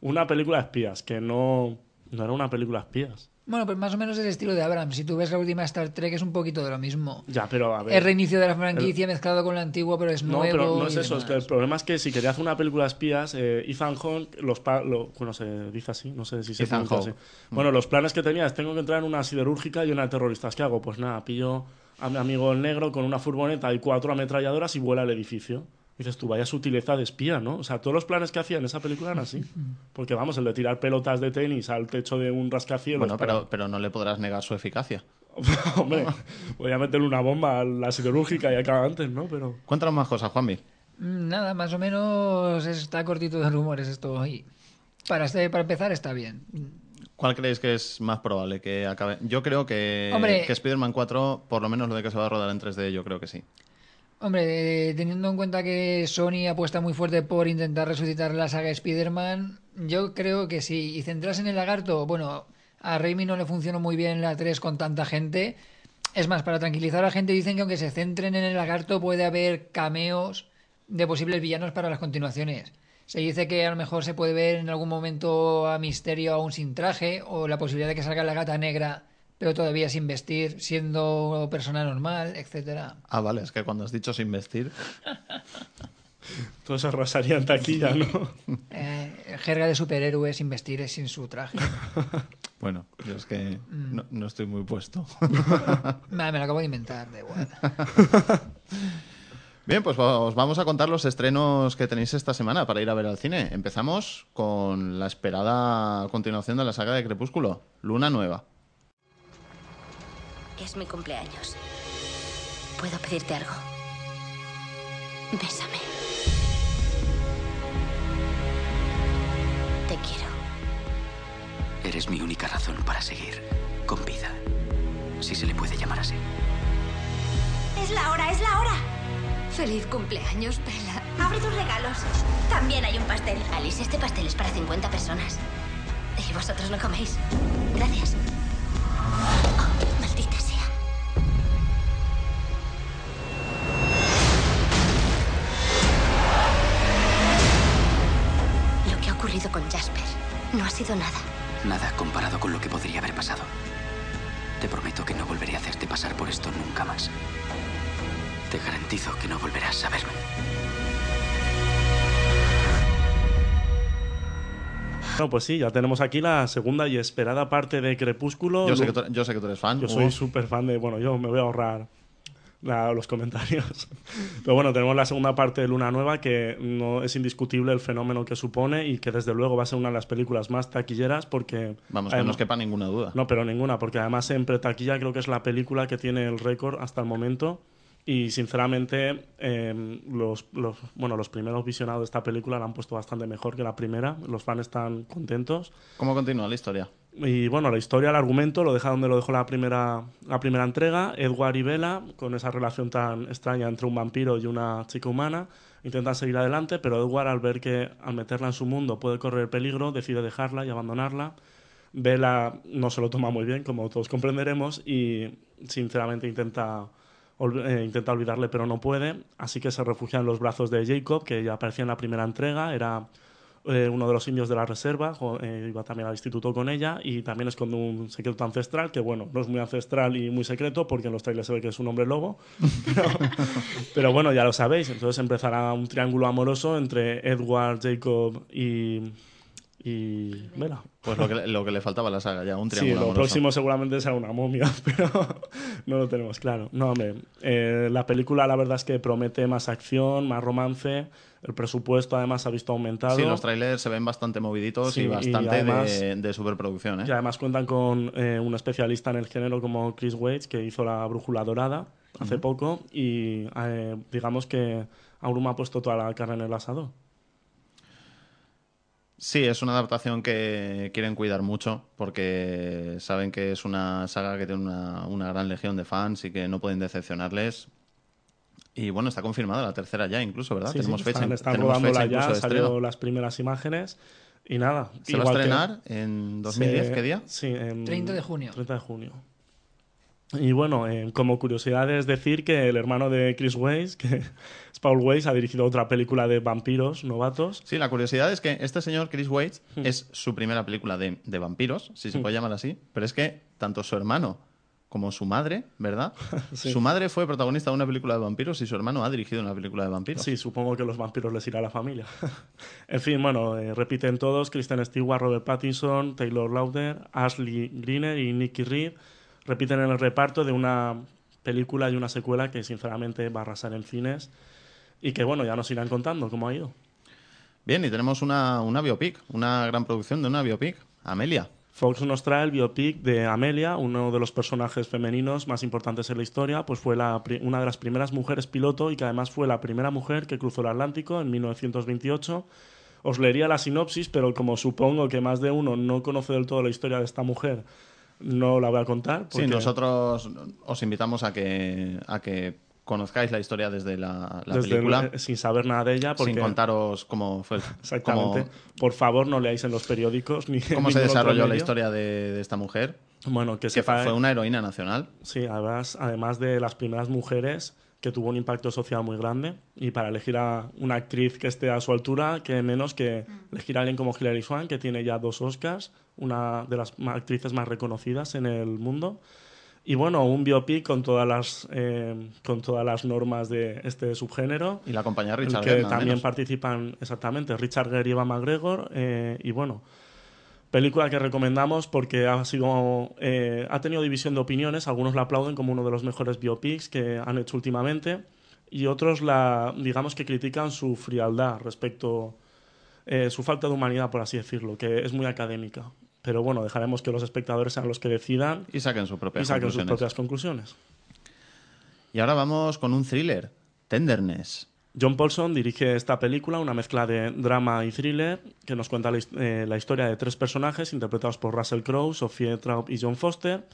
[SPEAKER 3] Una película de espías, que no, no era una película de espías.
[SPEAKER 4] Bueno, pues más o menos el estilo de Abrams. Si tú ves la última Star Trek es un poquito de lo mismo.
[SPEAKER 3] Ya, pero a ver.
[SPEAKER 4] El reinicio de la franquicia mezclado con la antigua, pero es
[SPEAKER 3] No,
[SPEAKER 4] nuevo.
[SPEAKER 3] pero no es
[SPEAKER 4] y
[SPEAKER 3] eso. Es que el
[SPEAKER 4] demás.
[SPEAKER 3] problema es que si quería hacer una película de espías, eh, Ethan Hawke, los pa- lo- bueno, se dice así, no sé si se
[SPEAKER 2] Ethan
[SPEAKER 3] pronuncia así.
[SPEAKER 2] Hawke.
[SPEAKER 3] Bueno, los planes que tenía es tengo que entrar en una siderúrgica y una de terroristas. ¿Qué hago? Pues nada, pillo a mi amigo el negro con una furgoneta y cuatro ametralladoras y vuela el edificio. Dices tú, vaya sutileza de espía, ¿no? O sea, todos los planes que hacía en esa película eran así. Porque vamos, el de tirar pelotas de tenis al techo de un rascacielos.
[SPEAKER 2] Bueno,
[SPEAKER 3] para-
[SPEAKER 2] pero, pero no le podrás negar su eficacia.
[SPEAKER 3] Hombre, voy a meterle una bomba a la siderúrgica y acaba antes, ¿no? Pero...
[SPEAKER 2] Cuéntanos más cosas, Juanmi.
[SPEAKER 4] Mm, Nada, más o menos está cortito de rumores esto hoy. Para, este- para empezar está bien.
[SPEAKER 2] ¿Cuál creéis que es más probable que acabe? Yo creo que,
[SPEAKER 4] Hombre.
[SPEAKER 2] que Spider-Man 4, por lo menos lo de que se va a rodar en 3D, yo creo que sí.
[SPEAKER 4] Hombre, eh, teniendo en cuenta que Sony apuesta muy fuerte por intentar resucitar la saga Spider-Man, yo creo que sí. Y centrarse en el lagarto, bueno, a Raimi no le funcionó muy bien la 3 con tanta gente. Es más, para tranquilizar a la gente dicen que aunque se centren en el lagarto puede haber cameos de posibles villanos para las continuaciones. Se dice que a lo mejor se puede ver en algún momento a Misterio aún sin traje o la posibilidad de que salga la gata negra pero todavía sin vestir, siendo persona normal, etcétera.
[SPEAKER 2] Ah, vale, es que cuando has dicho sin vestir.
[SPEAKER 3] Todo se arrasaría en taquilla, ¿no?
[SPEAKER 4] Eh, jerga de superhéroes sin vestir, sin su traje.
[SPEAKER 2] Bueno, yo es que no, no estoy muy puesto.
[SPEAKER 4] Me, me lo acabo de inventar, da igual.
[SPEAKER 2] Bien, pues va- os vamos a contar los estrenos que tenéis esta semana para ir a ver al cine. Empezamos con la esperada continuación de la saga de Crepúsculo, Luna Nueva.
[SPEAKER 6] Es mi cumpleaños. ¿Puedo pedirte algo? Bésame. razón para seguir con vida, si se le puede llamar así.
[SPEAKER 7] Es la hora, es la hora.
[SPEAKER 8] Feliz cumpleaños, Pela.
[SPEAKER 7] Abre tus regalos. También hay un pastel.
[SPEAKER 8] Alice, este pastel es para 50 personas. Y vosotros no coméis. Gracias. Oh, maldita sea. Lo que ha ocurrido con Jasper no ha sido nada.
[SPEAKER 6] Nada comparado con lo que podría haber pasado. Te prometo que no volveré a hacerte pasar por esto nunca más. Te garantizo que no volverás a verme.
[SPEAKER 3] Bueno, pues sí, ya tenemos aquí la segunda y esperada parte de Crepúsculo.
[SPEAKER 2] Yo sé,
[SPEAKER 3] Lu-
[SPEAKER 2] que tú, yo sé que tú eres fan.
[SPEAKER 3] Yo
[SPEAKER 2] Hugo.
[SPEAKER 3] soy súper fan de. Bueno, yo me voy a ahorrar la- los comentarios. Pero bueno, tenemos la segunda parte de Luna Nueva, que no es indiscutible el fenómeno que supone y que desde luego va a ser una de las películas más taquilleras porque.
[SPEAKER 2] Vamos, que no
[SPEAKER 3] además-
[SPEAKER 2] nos quepa ninguna duda.
[SPEAKER 3] No, pero ninguna, porque además en pretaquilla creo que es la película que tiene el récord hasta el momento. Y sinceramente, eh, los, los- bueno, los primeros visionados de esta película la han puesto bastante mejor que la primera. Los fans están contentos.
[SPEAKER 2] ¿Cómo continúa la historia?
[SPEAKER 3] Y bueno, la historia, el argumento, lo deja donde lo dejó la primera, la primera entrega. Edward y Bella, con esa relación tan extraña entre un vampiro y una chica humana, intentan seguir adelante, pero Edward, al ver que al meterla en su mundo puede correr peligro, decide dejarla y abandonarla. Bella no se lo toma muy bien, como todos comprenderemos, y sinceramente intenta, ol- eh, intenta olvidarle, pero no puede. Así que se refugia en los brazos de Jacob, que ya aparecía en la primera entrega, era eh, uno de los indios de la reserva, jo- eh, iba también al instituto con ella, y también esconde un secreto ancestral, que bueno, no es muy ancestral y muy secreto, porque en los trailers se ve que es un hombre lobo, pero, pero bueno, ya lo sabéis, entonces empezará un triángulo amoroso entre Edward, Jacob y... Y Bella.
[SPEAKER 2] Pues lo que, le- lo que le faltaba a la saga ya, un
[SPEAKER 3] Sí,
[SPEAKER 2] triángulo
[SPEAKER 3] lo
[SPEAKER 2] amoroso.
[SPEAKER 3] próximo seguramente será una momia, pero no lo tenemos claro. No, hombre, eh, la película la verdad es que promete más acción, más romance, el presupuesto además ha visto aumentado.
[SPEAKER 2] Sí, los trailers se ven bastante moviditos
[SPEAKER 3] Sí,
[SPEAKER 2] y
[SPEAKER 3] y
[SPEAKER 2] bastante
[SPEAKER 3] además-
[SPEAKER 2] de, de superproducción, ¿eh?
[SPEAKER 3] Y además cuentan con eh, un especialista en el género como Chris Waits, que hizo la brújula dorada hace poco, y eh, digamos que Aurum ha puesto toda la carne en el asado.
[SPEAKER 2] Sí, es una adaptación que quieren cuidar mucho porque saben que es una saga que tiene una, una gran legión de fans y que no pueden decepcionarles. Y bueno, está confirmada la tercera ya incluso, ¿verdad?
[SPEAKER 3] Sí, sí,
[SPEAKER 2] Ah, tenemos fecha,
[SPEAKER 3] están, están
[SPEAKER 2] tenemos
[SPEAKER 3] rodándola
[SPEAKER 2] fecha incluso
[SPEAKER 3] ya,
[SPEAKER 2] de estreno.
[SPEAKER 3] salieron las primeras imágenes, y nada.
[SPEAKER 2] Se va a
[SPEAKER 3] igual que-
[SPEAKER 2] estrenar en 2010,
[SPEAKER 3] Sí,
[SPEAKER 2] ¿qué día?
[SPEAKER 3] Sí, en
[SPEAKER 4] 30 de junio.
[SPEAKER 3] 30 de junio. Y bueno, eh, como curiosidad es decir que el hermano de Chris Weiss, que es Paul Weiss, ha dirigido otra película de vampiros novatos.
[SPEAKER 2] Sí, la curiosidad es que este señor, Chris Waits,
[SPEAKER 3] Hmm.
[SPEAKER 2] es su primera película de, de vampiros, si se puede llamar así, pero es que tanto su hermano como su madre, ¿verdad?
[SPEAKER 3] Sí.
[SPEAKER 2] Su madre fue protagonista de una película de vampiros y su hermano ha dirigido una película de vampiros.
[SPEAKER 3] Sí, supongo que los vampiros les irá a la familia. en fin, bueno, eh, repiten todos: Kristen Stewart, Robert Pattinson, Taylor Lauder, Ashley Greener y Nicky Reed. Repiten en el reparto de una película y una secuela que, sinceramente, va a arrasar en cines. Y que, bueno, ya nos irán contando cómo ha ido.
[SPEAKER 2] Bien, y tenemos una, una biopic, una gran producción de una biopic, Amelia.
[SPEAKER 3] Fox nos trae el biopic de Amelia, uno de los personajes femeninos más importantes en la historia, pues fue la pri- una de las primeras mujeres piloto y que además fue la primera mujer que cruzó el Atlántico en 1928. Os leería la sinopsis, pero como supongo que más de uno no conoce del todo la historia de esta mujer, no la voy a contar.
[SPEAKER 2] Sí,
[SPEAKER 3] porque-
[SPEAKER 2] nosotros os invitamos a que, a que conozcáis la historia desde la, la
[SPEAKER 3] desde-
[SPEAKER 2] película,
[SPEAKER 3] sin saber nada de ella, porque
[SPEAKER 2] sin contaros cómo fue, el- cómo,
[SPEAKER 3] exactamente. Por favor, no leáis en los periódicos ni en
[SPEAKER 2] cómo se
[SPEAKER 3] ningún otro
[SPEAKER 2] desarrolló la
[SPEAKER 3] medio.
[SPEAKER 2] historia de, de esta mujer,
[SPEAKER 3] Bueno, que,
[SPEAKER 2] que
[SPEAKER 3] sepa-
[SPEAKER 2] fue una heroína nacional.
[SPEAKER 3] Sí, además, además de las primeras mujeres que tuvo un impacto social muy grande y para elegir a una actriz que esté a su altura, que menos que elegir a alguien como Hilary Swank, que tiene ya dos Oscars, una de las ma- actrices más reconocidas en el mundo. Y bueno, un biopic con todas las, eh, con todas las normas de este subgénero.
[SPEAKER 2] Y la compañía
[SPEAKER 3] en
[SPEAKER 2] Richard
[SPEAKER 3] que
[SPEAKER 2] Gere, nada
[SPEAKER 3] también
[SPEAKER 2] menos.
[SPEAKER 3] participan exactamente Richard Gere y Eva McGregor eh, y bueno película que recomendamos porque ha sido eh, ha tenido división de opiniones algunos la aplauden como uno de los mejores biopics que han hecho últimamente y otros la digamos que critican su frialdad respecto eh, su falta de humanidad por así decirlo que es muy académica pero bueno dejaremos que los espectadores sean los que decidan
[SPEAKER 2] Y saquen sus propias
[SPEAKER 3] y saquen sus
[SPEAKER 2] conclusiones.
[SPEAKER 3] propias conclusiones
[SPEAKER 2] Y ahora vamos con un thriller, Tenderness.
[SPEAKER 3] John Paulson dirige esta película, una mezcla de drama y thriller, que nos cuenta la, his- eh, la historia de tres personajes interpretados por Russell Crowe, Sophie Traub y John Foster.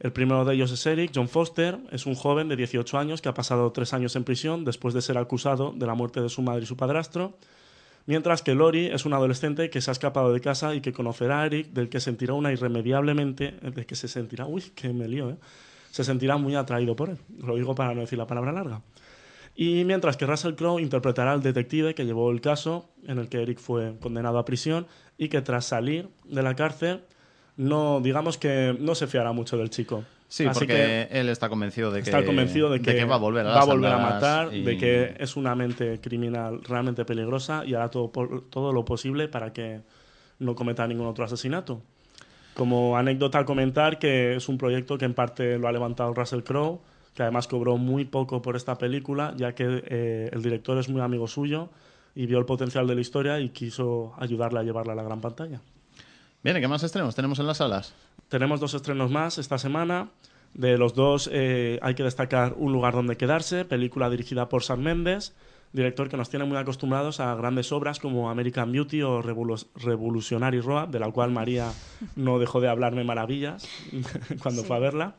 [SPEAKER 3] El primero de ellos es Eric, John Foster, es un joven de 18 años que ha pasado tres años en prisión después de ser acusado de la muerte de su madre y su padrastro, mientras que Lori es un adolescente que se ha escapado de casa y que conocerá a Eric, del que sentirá una irremediablemente, eh, del que se sentirá, uy, que me lío, ¿eh? se sentirá muy atraído por él. Lo digo para no decir la palabra larga. Y mientras que Russell Crowe interpretará al detective que llevó el caso en el que Eric fue condenado a prisión y que tras salir de la cárcel no digamos que no se fiará mucho del chico.
[SPEAKER 2] Sí,
[SPEAKER 3] Así
[SPEAKER 2] porque él está convencido de que,
[SPEAKER 3] está convencido de que,
[SPEAKER 2] va a volver a,
[SPEAKER 3] va
[SPEAKER 2] las
[SPEAKER 3] volver a
[SPEAKER 2] andadas
[SPEAKER 3] matar,
[SPEAKER 2] y-
[SPEAKER 3] de que es una mente criminal realmente peligrosa y hará todo, por- todo lo posible para que no cometa ningún otro asesinato. Como anécdota, comentar que es un proyecto que en parte lo ha levantado Russell Crowe, que además cobró muy poco por esta película, ya que eh, el director es muy amigo suyo y vio el potencial de la historia y quiso ayudarle a llevarla a la gran pantalla.
[SPEAKER 2] Bien, ¿y ¿qué más estrenos tenemos en las salas?
[SPEAKER 3] Tenemos dos estrenos más esta semana. De los dos eh, hay que destacar Un lugar donde quedarse, película dirigida por Sam Mendes, director que nos tiene muy acostumbrados a grandes obras como American Beauty o Revolu- Revolutionary Road, de la cual María no dejó de hablarme maravillas cuando fue a verla.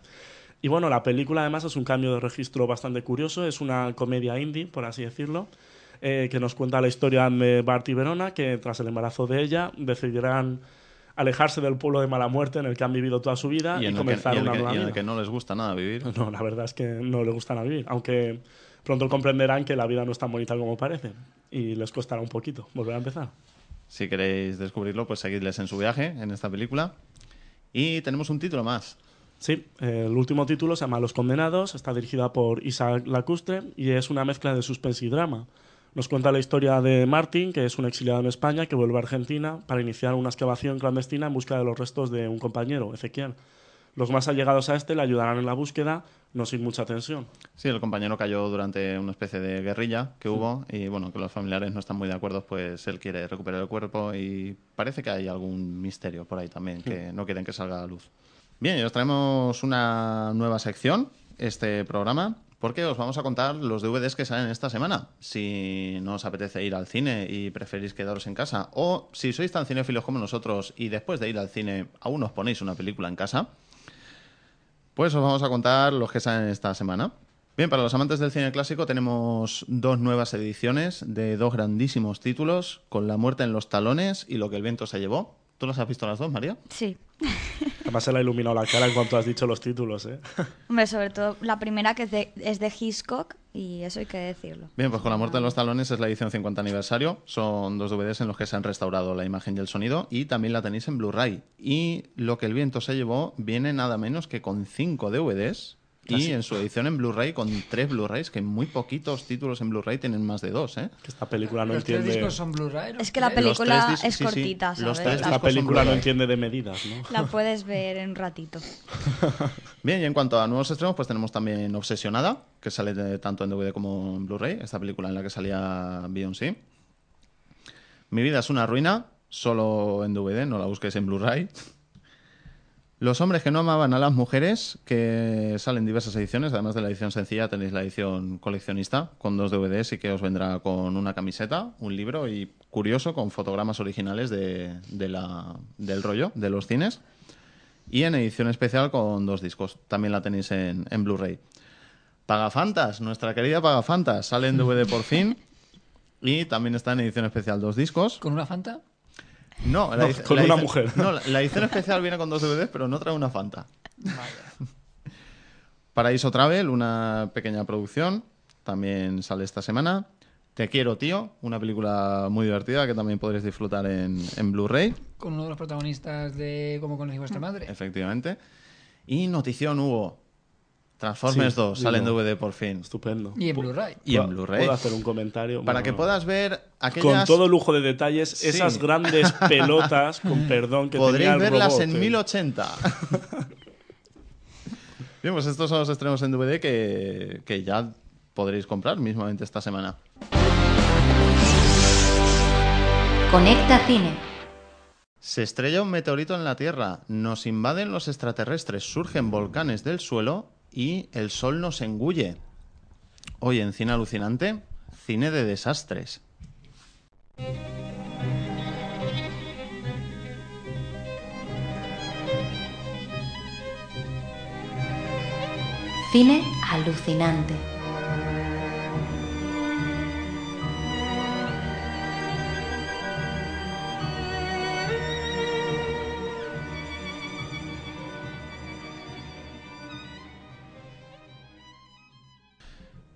[SPEAKER 3] Y bueno, la película además es un cambio de registro bastante curioso, es una comedia indie, por así decirlo, eh, que nos cuenta la historia de Bart y Verona, que tras el embarazo de ella decidirán alejarse del pueblo de mala muerte en el que han vivido toda su vida Ah, y,
[SPEAKER 2] en el que-
[SPEAKER 3] comenzar
[SPEAKER 2] y en el
[SPEAKER 3] una
[SPEAKER 2] que-
[SPEAKER 3] nueva
[SPEAKER 2] y en el
[SPEAKER 3] vida.
[SPEAKER 2] que no les gusta nada vivir.
[SPEAKER 3] No, la verdad es que no le gusta nada vivir, aunque pronto comprenderán que la vida no es tan bonita como parece y les costará un poquito volver a empezar.
[SPEAKER 2] Si queréis descubrirlo, pues seguidles en su viaje, en esta película. Y tenemos un título más.
[SPEAKER 3] Sí, eh, el último título se llama Los Condenados, está dirigida por Isaac Lacustre y es una mezcla de suspense y drama. Nos cuenta la historia de Martin, que es un exiliado en España que vuelve a Argentina para iniciar una excavación clandestina en busca de los restos de un compañero, Ezequiel. Los más allegados a este le ayudarán en la búsqueda, no sin mucha tensión.
[SPEAKER 2] Sí, el compañero cayó durante una especie de guerrilla que hubo y bueno, que los familiares no están muy de acuerdo, pues él quiere recuperar el cuerpo y parece que hay algún misterio por ahí también que no quieren que salga a la luz. Bien, y os traemos una nueva sección, este programa, porque os vamos a contar los DVDs que salen esta semana. Si no os apetece ir al cine y preferís quedaros en casa, o si sois tan cinéfilos como nosotros y después de ir al cine aún os ponéis una película en casa, pues os vamos a contar los que salen esta semana. Bien, para los amantes del cine clásico tenemos dos nuevas ediciones de dos grandísimos títulos, Con la muerte en los talones y Lo que el viento se llevó. ¿Tú las has visto las dos, María?
[SPEAKER 5] Sí.
[SPEAKER 3] Además se le ha iluminado la cara en cuanto has dicho los títulos, ¿eh?
[SPEAKER 5] Hombre, sobre todo la primera que es de, es de Hitchcock y eso hay que decirlo.
[SPEAKER 2] Bien, pues Con la muerte en los talones es la edición 50 aniversario. Son dos DVDs en los que se han restaurado la imagen y el sonido y también la tenéis en Blu-ray. Y Lo que el viento se llevó viene nada menos que con cinco DVDs.
[SPEAKER 3] Ah,
[SPEAKER 2] Y
[SPEAKER 3] sí.
[SPEAKER 2] en su edición en Blu-ray con tres Blu-rays, que muy poquitos títulos en Blu-ray tienen más de dos, ¿eh?
[SPEAKER 3] Que esta película no
[SPEAKER 4] los tres
[SPEAKER 3] entiende...
[SPEAKER 4] discos son Blu-ray. ¿Eh? los
[SPEAKER 5] Es que la
[SPEAKER 4] tres.
[SPEAKER 2] Los
[SPEAKER 5] película
[SPEAKER 2] tres dis-
[SPEAKER 5] es
[SPEAKER 2] sí, sí,
[SPEAKER 5] cortita,
[SPEAKER 2] los
[SPEAKER 5] ¿sabes?
[SPEAKER 2] tres
[SPEAKER 3] Esta
[SPEAKER 5] la,
[SPEAKER 2] discos son
[SPEAKER 3] película no
[SPEAKER 2] Blu-ray.
[SPEAKER 3] entiende de medidas, ¿no?
[SPEAKER 5] la puedes ver en un ratito.
[SPEAKER 2] Bien, y en cuanto a nuevos estrenos, pues tenemos también Obsesionada, que sale de- tanto en DVD como en Blu-ray, esta película en la que salía Beyoncé. Mi vida es una ruina, solo en DVD, no la busques en Blu-ray. Los hombres que no amaban a las mujeres, que salen diversas ediciones, además de la edición sencilla tenéis la edición coleccionista con dos DVDs y que os vendrá con una camiseta, un libro y curioso con fotogramas originales de- de la- del rollo, de los cines y en edición especial con dos discos. También la tenéis en, en Blu-ray. Pagafantas, nuestra querida Pagafantas, sale en DVD por fin. Y también está en edición especial dos discos.
[SPEAKER 4] ¿Con una Fanta?
[SPEAKER 2] No,
[SPEAKER 3] No,
[SPEAKER 2] edi-
[SPEAKER 3] con una
[SPEAKER 2] edición-
[SPEAKER 3] mujer.
[SPEAKER 2] No, la, la edición especial viene con dos DVDs, pero no trae una Fanta. Paraíso Travel, una pequeña producción, también sale esta semana. Te quiero, tío, una película muy divertida que también podréis disfrutar en, en Blu-ray.
[SPEAKER 4] Con uno de los protagonistas de Cómo conocí a
[SPEAKER 5] Mm.
[SPEAKER 4] vuestra madre.
[SPEAKER 2] Efectivamente. Y notición hubo. Transformers
[SPEAKER 3] Sí,
[SPEAKER 2] 2 sale en
[SPEAKER 3] digo-
[SPEAKER 2] DVD por fin.
[SPEAKER 3] Estupendo.
[SPEAKER 4] Y en Blu-ray.
[SPEAKER 2] Y en
[SPEAKER 3] Puedo-
[SPEAKER 2] Blu-ray.
[SPEAKER 3] Puedo hacer un comentario.
[SPEAKER 2] Para que
[SPEAKER 3] Bueno,
[SPEAKER 2] puedas ver
[SPEAKER 3] Con
[SPEAKER 2] aquellas...
[SPEAKER 3] todo lujo de detalles,
[SPEAKER 2] Sí.
[SPEAKER 3] esas grandes pelotas, con perdón, que tenía
[SPEAKER 2] Podréis
[SPEAKER 3] el
[SPEAKER 2] verlas
[SPEAKER 3] robot, eh.
[SPEAKER 2] en 1080. Bien, pues estos son los estrenos en DVD que, que ya podréis comprar mismamente esta semana.
[SPEAKER 1] Conecta Cine.
[SPEAKER 2] Se estrella un meteorito en la Tierra, nos invaden los extraterrestres, surgen volcanes del suelo y el sol nos engulle. Hoy en Cine Alucinante, cine de desastres.
[SPEAKER 1] Cine alucinante.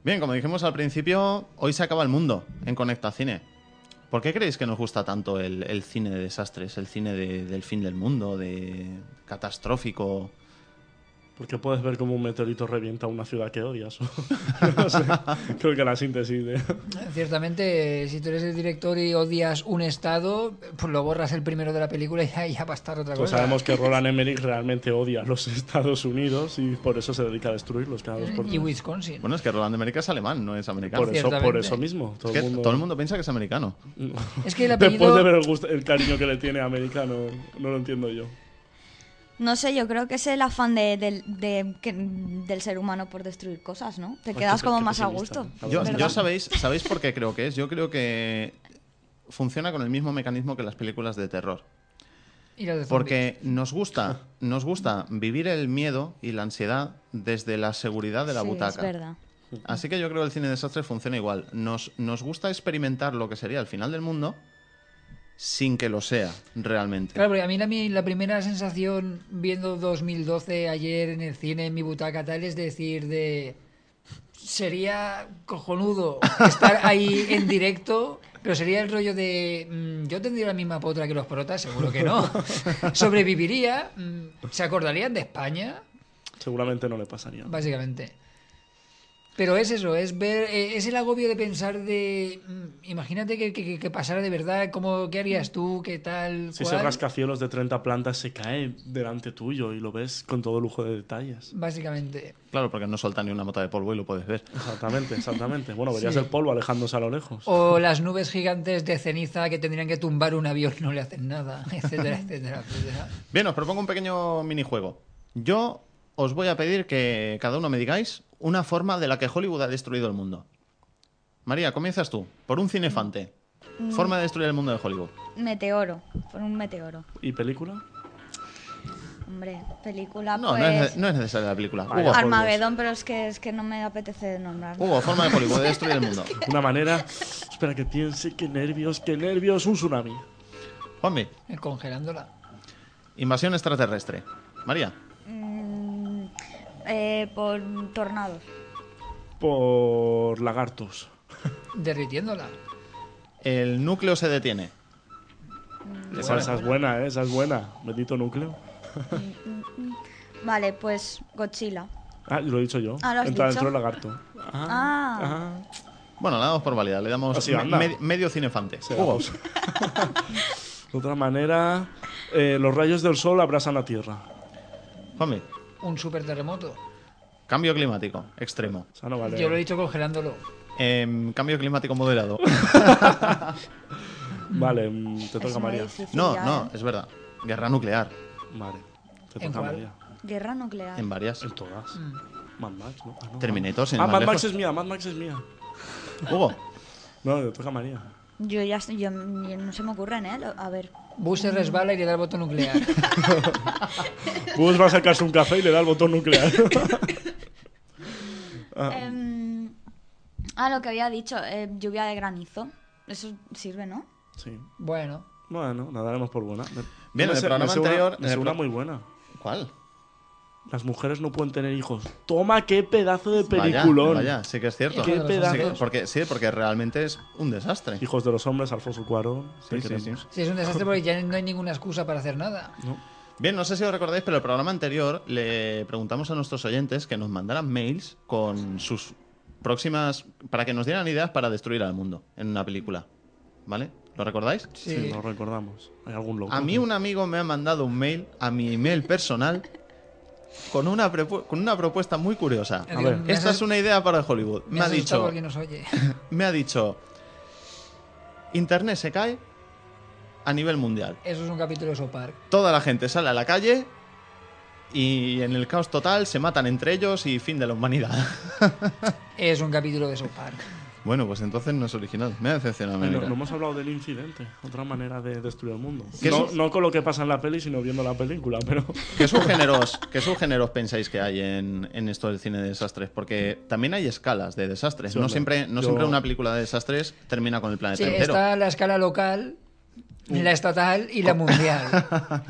[SPEAKER 2] Bien, como dijimos al principio, hoy se acaba el mundo en Conecta Cine. ¿Por qué creéis que nos gusta tanto el, el cine de desastres, el cine de- del fin del mundo, de catastrófico?
[SPEAKER 3] Porque puedes ver cómo un meteorito revienta una ciudad que odias. No sé, creo que la síntesis de...
[SPEAKER 5] Mm.
[SPEAKER 4] Ciertamente, si tú eres el director y odias un estado, pues lo borras el primero de la película y ya, ya va a estar otra
[SPEAKER 3] Pues
[SPEAKER 4] cosa.
[SPEAKER 3] sabemos que Roland Emmerich realmente odia a los Estados Unidos y por eso se dedica a destruirlos cada dos por
[SPEAKER 4] Y
[SPEAKER 3] tres.
[SPEAKER 4] Wisconsin.
[SPEAKER 2] Bueno, es que Roland Emmerich es alemán, no es americano.
[SPEAKER 3] Por eso, por
[SPEAKER 4] Ciertamente.
[SPEAKER 3] eso mismo. Todo
[SPEAKER 2] Es que
[SPEAKER 3] el mundo...
[SPEAKER 2] todo el mundo piensa que es americano.
[SPEAKER 4] es que el
[SPEAKER 3] Después
[SPEAKER 4] apellido...
[SPEAKER 3] de ver el, gusto- el cariño que le tiene a América, no, no lo entiendo yo.
[SPEAKER 5] No sé, yo creo que es el afán de, del- de- que- del ser humano por destruir cosas, ¿no? Te
[SPEAKER 3] Ay,
[SPEAKER 5] quedas
[SPEAKER 3] qué-
[SPEAKER 5] como
[SPEAKER 3] qué
[SPEAKER 5] más a
[SPEAKER 3] pesimista,
[SPEAKER 5] gusto.
[SPEAKER 3] la
[SPEAKER 2] Yo,
[SPEAKER 3] verdad.
[SPEAKER 2] yo sabéis, ¿sabéis por qué creo que es? Yo creo que funciona con el mismo mecanismo que las películas de terror.
[SPEAKER 4] y los de zombies.
[SPEAKER 2] Porque nos gusta, nos gusta vivir el miedo y la ansiedad desde la seguridad de la
[SPEAKER 5] Sí,
[SPEAKER 2] butaca.
[SPEAKER 5] Es verdad.
[SPEAKER 2] Así que yo creo que el cine de desastres funciona igual. Nos, nos gusta experimentar lo que sería el final del mundo sin que lo sea realmente.
[SPEAKER 4] Claro, porque a mí la, mi- la primera sensación viendo 2012 ayer en el cine, en mi butaca tal, es decir, de... Sería cojonudo estar ahí en directo, pero sería el rollo de... mm, Yo tendría la misma potra que los protas, seguro que no. Sobreviviría, mm, se acordarían de España,
[SPEAKER 3] Seguramente no le pasaría.
[SPEAKER 4] básicamente. Pero es eso, es ver, eh, es el agobio de pensar de, mm, imagínate que, que- que pasara de verdad, como, ¿qué harías tú? ¿Qué tal?
[SPEAKER 3] Si se
[SPEAKER 4] cuál?
[SPEAKER 3] rasca cielos de 30 plantas, se cae delante tuyo y lo ves con todo lujo de detalles.
[SPEAKER 4] Básicamente.
[SPEAKER 2] Claro, porque no solta ni una mota de polvo y lo puedes ver.
[SPEAKER 3] Exactamente, exactamente. Bueno, verías
[SPEAKER 4] Sí. Oh.
[SPEAKER 3] el polvo alejándose a lo lejos.
[SPEAKER 4] O las nubes gigantes de ceniza que tendrían que tumbar un avión no le hacen nada, etcétera, etcétera, etcétera.
[SPEAKER 2] Bien, os propongo un pequeño minijuego. Yo os voy a pedir que cada uno me digáis una forma de la que Hollywood ha destruido el mundo. María, comienzas tú, por un cinefante. Forma de destruir el mundo de Hollywood.
[SPEAKER 5] Meteoro, por un meteoro.
[SPEAKER 3] ¿Y película?
[SPEAKER 5] Hombre, película
[SPEAKER 2] No,
[SPEAKER 5] pues...
[SPEAKER 2] no es, no es necesaria la película.
[SPEAKER 3] Vaya,
[SPEAKER 2] Hugo,
[SPEAKER 3] por Dios.
[SPEAKER 5] Armagedón, pero es que, es que no me apetece nombrar.
[SPEAKER 2] Hugo, forma de Hollywood de destruir el mundo.
[SPEAKER 3] Una manera. Espera que piense, qué nervios, qué nervios, un tsunami.
[SPEAKER 2] Juanmi,
[SPEAKER 4] Eh, Congelándola.
[SPEAKER 2] invasión extraterrestre. María,
[SPEAKER 5] Mm, eh, por tornados.
[SPEAKER 3] Por lagartos.
[SPEAKER 4] Derritiéndola.
[SPEAKER 2] el núcleo se detiene.
[SPEAKER 3] Esa, esa es buena, ¿eh? esa es buena. Bendito núcleo.
[SPEAKER 5] Vale, pues Godzilla.
[SPEAKER 3] Ah, lo he dicho yo.
[SPEAKER 5] Ah, lo has
[SPEAKER 3] Entra
[SPEAKER 5] dicho.
[SPEAKER 3] dentro del lagarto.
[SPEAKER 5] Ah,
[SPEAKER 3] Ah,
[SPEAKER 2] Bueno, la damos por válida, le damos
[SPEAKER 3] Así, anda.
[SPEAKER 2] me- medio cinefante.
[SPEAKER 3] se la
[SPEAKER 2] Hugo,
[SPEAKER 3] pausa. De otra manera, eh, los rayos del sol abrasan la tierra.
[SPEAKER 2] Juanmi,
[SPEAKER 4] Un super terremoto.
[SPEAKER 2] cambio climático, extremo.
[SPEAKER 3] O sea, no vale.
[SPEAKER 4] Yo lo he dicho congelándolo.
[SPEAKER 2] Em, cambio climático moderado.
[SPEAKER 3] Vale, mm, te
[SPEAKER 5] es
[SPEAKER 3] toca
[SPEAKER 5] muy
[SPEAKER 3] María.
[SPEAKER 5] difícil
[SPEAKER 2] No,
[SPEAKER 5] ya,
[SPEAKER 2] no,
[SPEAKER 5] ¿eh?
[SPEAKER 2] es verdad. Guerra nuclear,
[SPEAKER 3] Vale, te
[SPEAKER 4] ¿En
[SPEAKER 3] toca
[SPEAKER 4] cuál?
[SPEAKER 3] María.
[SPEAKER 5] Guerra nuclear.
[SPEAKER 2] en varias.
[SPEAKER 3] En todas. Mad Max, ¿no? Ah, no,
[SPEAKER 2] Terminator, sin ir
[SPEAKER 3] Ah,
[SPEAKER 2] más
[SPEAKER 3] Mad
[SPEAKER 2] lejos.
[SPEAKER 3] Max es mía, Mad Max es mía.
[SPEAKER 2] Hugo,
[SPEAKER 3] No, te toca María.
[SPEAKER 5] Yo ya estoy- yo- yo- no se me ocurren, ¿eh? Lo- A ver.
[SPEAKER 4] Bush se resbala y le da el voto nuclear.
[SPEAKER 3] Bus va a sacarse un café y le da el botón nuclear.
[SPEAKER 5] Em, ah, lo que había dicho, eh, lluvia de granizo. Eso sirve, ¿no?
[SPEAKER 3] sí.
[SPEAKER 4] Bueno,
[SPEAKER 3] Bueno, la daremos por buena.
[SPEAKER 2] Bien,
[SPEAKER 3] Me
[SPEAKER 2] en el
[SPEAKER 3] sé-
[SPEAKER 2] programa
[SPEAKER 3] me sé una-
[SPEAKER 2] anterior-
[SPEAKER 3] me
[SPEAKER 2] en
[SPEAKER 3] sé
[SPEAKER 2] el
[SPEAKER 3] una
[SPEAKER 2] pro-
[SPEAKER 3] muy buena.
[SPEAKER 2] ¿cuál?
[SPEAKER 3] Las mujeres no pueden tener hijos. Toma, qué pedazo de
[SPEAKER 2] Vaya,
[SPEAKER 3] peliculón.
[SPEAKER 2] vaya, sí que es cierto.
[SPEAKER 4] Qué
[SPEAKER 2] Sí que-
[SPEAKER 4] pedazos.
[SPEAKER 2] porque, sí, porque realmente es un desastre.
[SPEAKER 3] Hijos de los hombres, Alfonso Cuarón.
[SPEAKER 2] Sí, sí, sí.
[SPEAKER 4] si es un desastre porque ya no hay ninguna excusa para hacer nada.
[SPEAKER 2] Bien, no sé si os recordáis, pero el programa anterior le preguntamos a nuestros oyentes que nos mandaran mails con sus próximas. para que nos dieran ideas para destruir al mundo en una película. ¿Vale? ¿Lo recordáis?
[SPEAKER 3] Sí,
[SPEAKER 4] Sí.
[SPEAKER 3] lo recordamos. Hay algún loco.
[SPEAKER 2] A mí un amigo me ha mandado un mail a mi email personal con una, prepu- con una propuesta muy curiosa.
[SPEAKER 4] Digo,
[SPEAKER 3] A ver.
[SPEAKER 4] me
[SPEAKER 2] Esta
[SPEAKER 4] has-
[SPEAKER 2] es una idea para Hollywood. Me,
[SPEAKER 4] me
[SPEAKER 2] ha
[SPEAKER 4] has asustado
[SPEAKER 2] dicho,
[SPEAKER 4] porque nos oye.
[SPEAKER 2] me ha dicho, Internet se cae a nivel mundial.
[SPEAKER 4] Eso es un capítulo de Sopar.
[SPEAKER 2] Toda la gente sale a la calle y en el caos total se matan entre ellos y fin de la humanidad.
[SPEAKER 4] Es un capítulo de Sopar.
[SPEAKER 2] Bueno, pues entonces no es original. Me ha decepcionado.
[SPEAKER 3] Ay,
[SPEAKER 2] mi
[SPEAKER 3] Ah, No,
[SPEAKER 2] amiga.
[SPEAKER 3] no hemos hablado del incidente, otra manera de destruir el mundo.
[SPEAKER 2] ¿Qué
[SPEAKER 3] No,
[SPEAKER 2] es?
[SPEAKER 3] no con lo que pasa en la peli, sino viendo la película, pero
[SPEAKER 2] ¿Qué subgéneros, qué subgéneros pensáis que hay en, en esto del cine de desastres? Porque también hay escalas de desastres.
[SPEAKER 3] Sí,
[SPEAKER 2] No
[SPEAKER 3] hombre.
[SPEAKER 2] siempre, no
[SPEAKER 3] Yo-
[SPEAKER 2] siempre una película de desastres termina con el planeta
[SPEAKER 4] Sí,
[SPEAKER 2] entero.
[SPEAKER 4] está la escala local,
[SPEAKER 2] Mm.
[SPEAKER 4] la estatal y la mundial.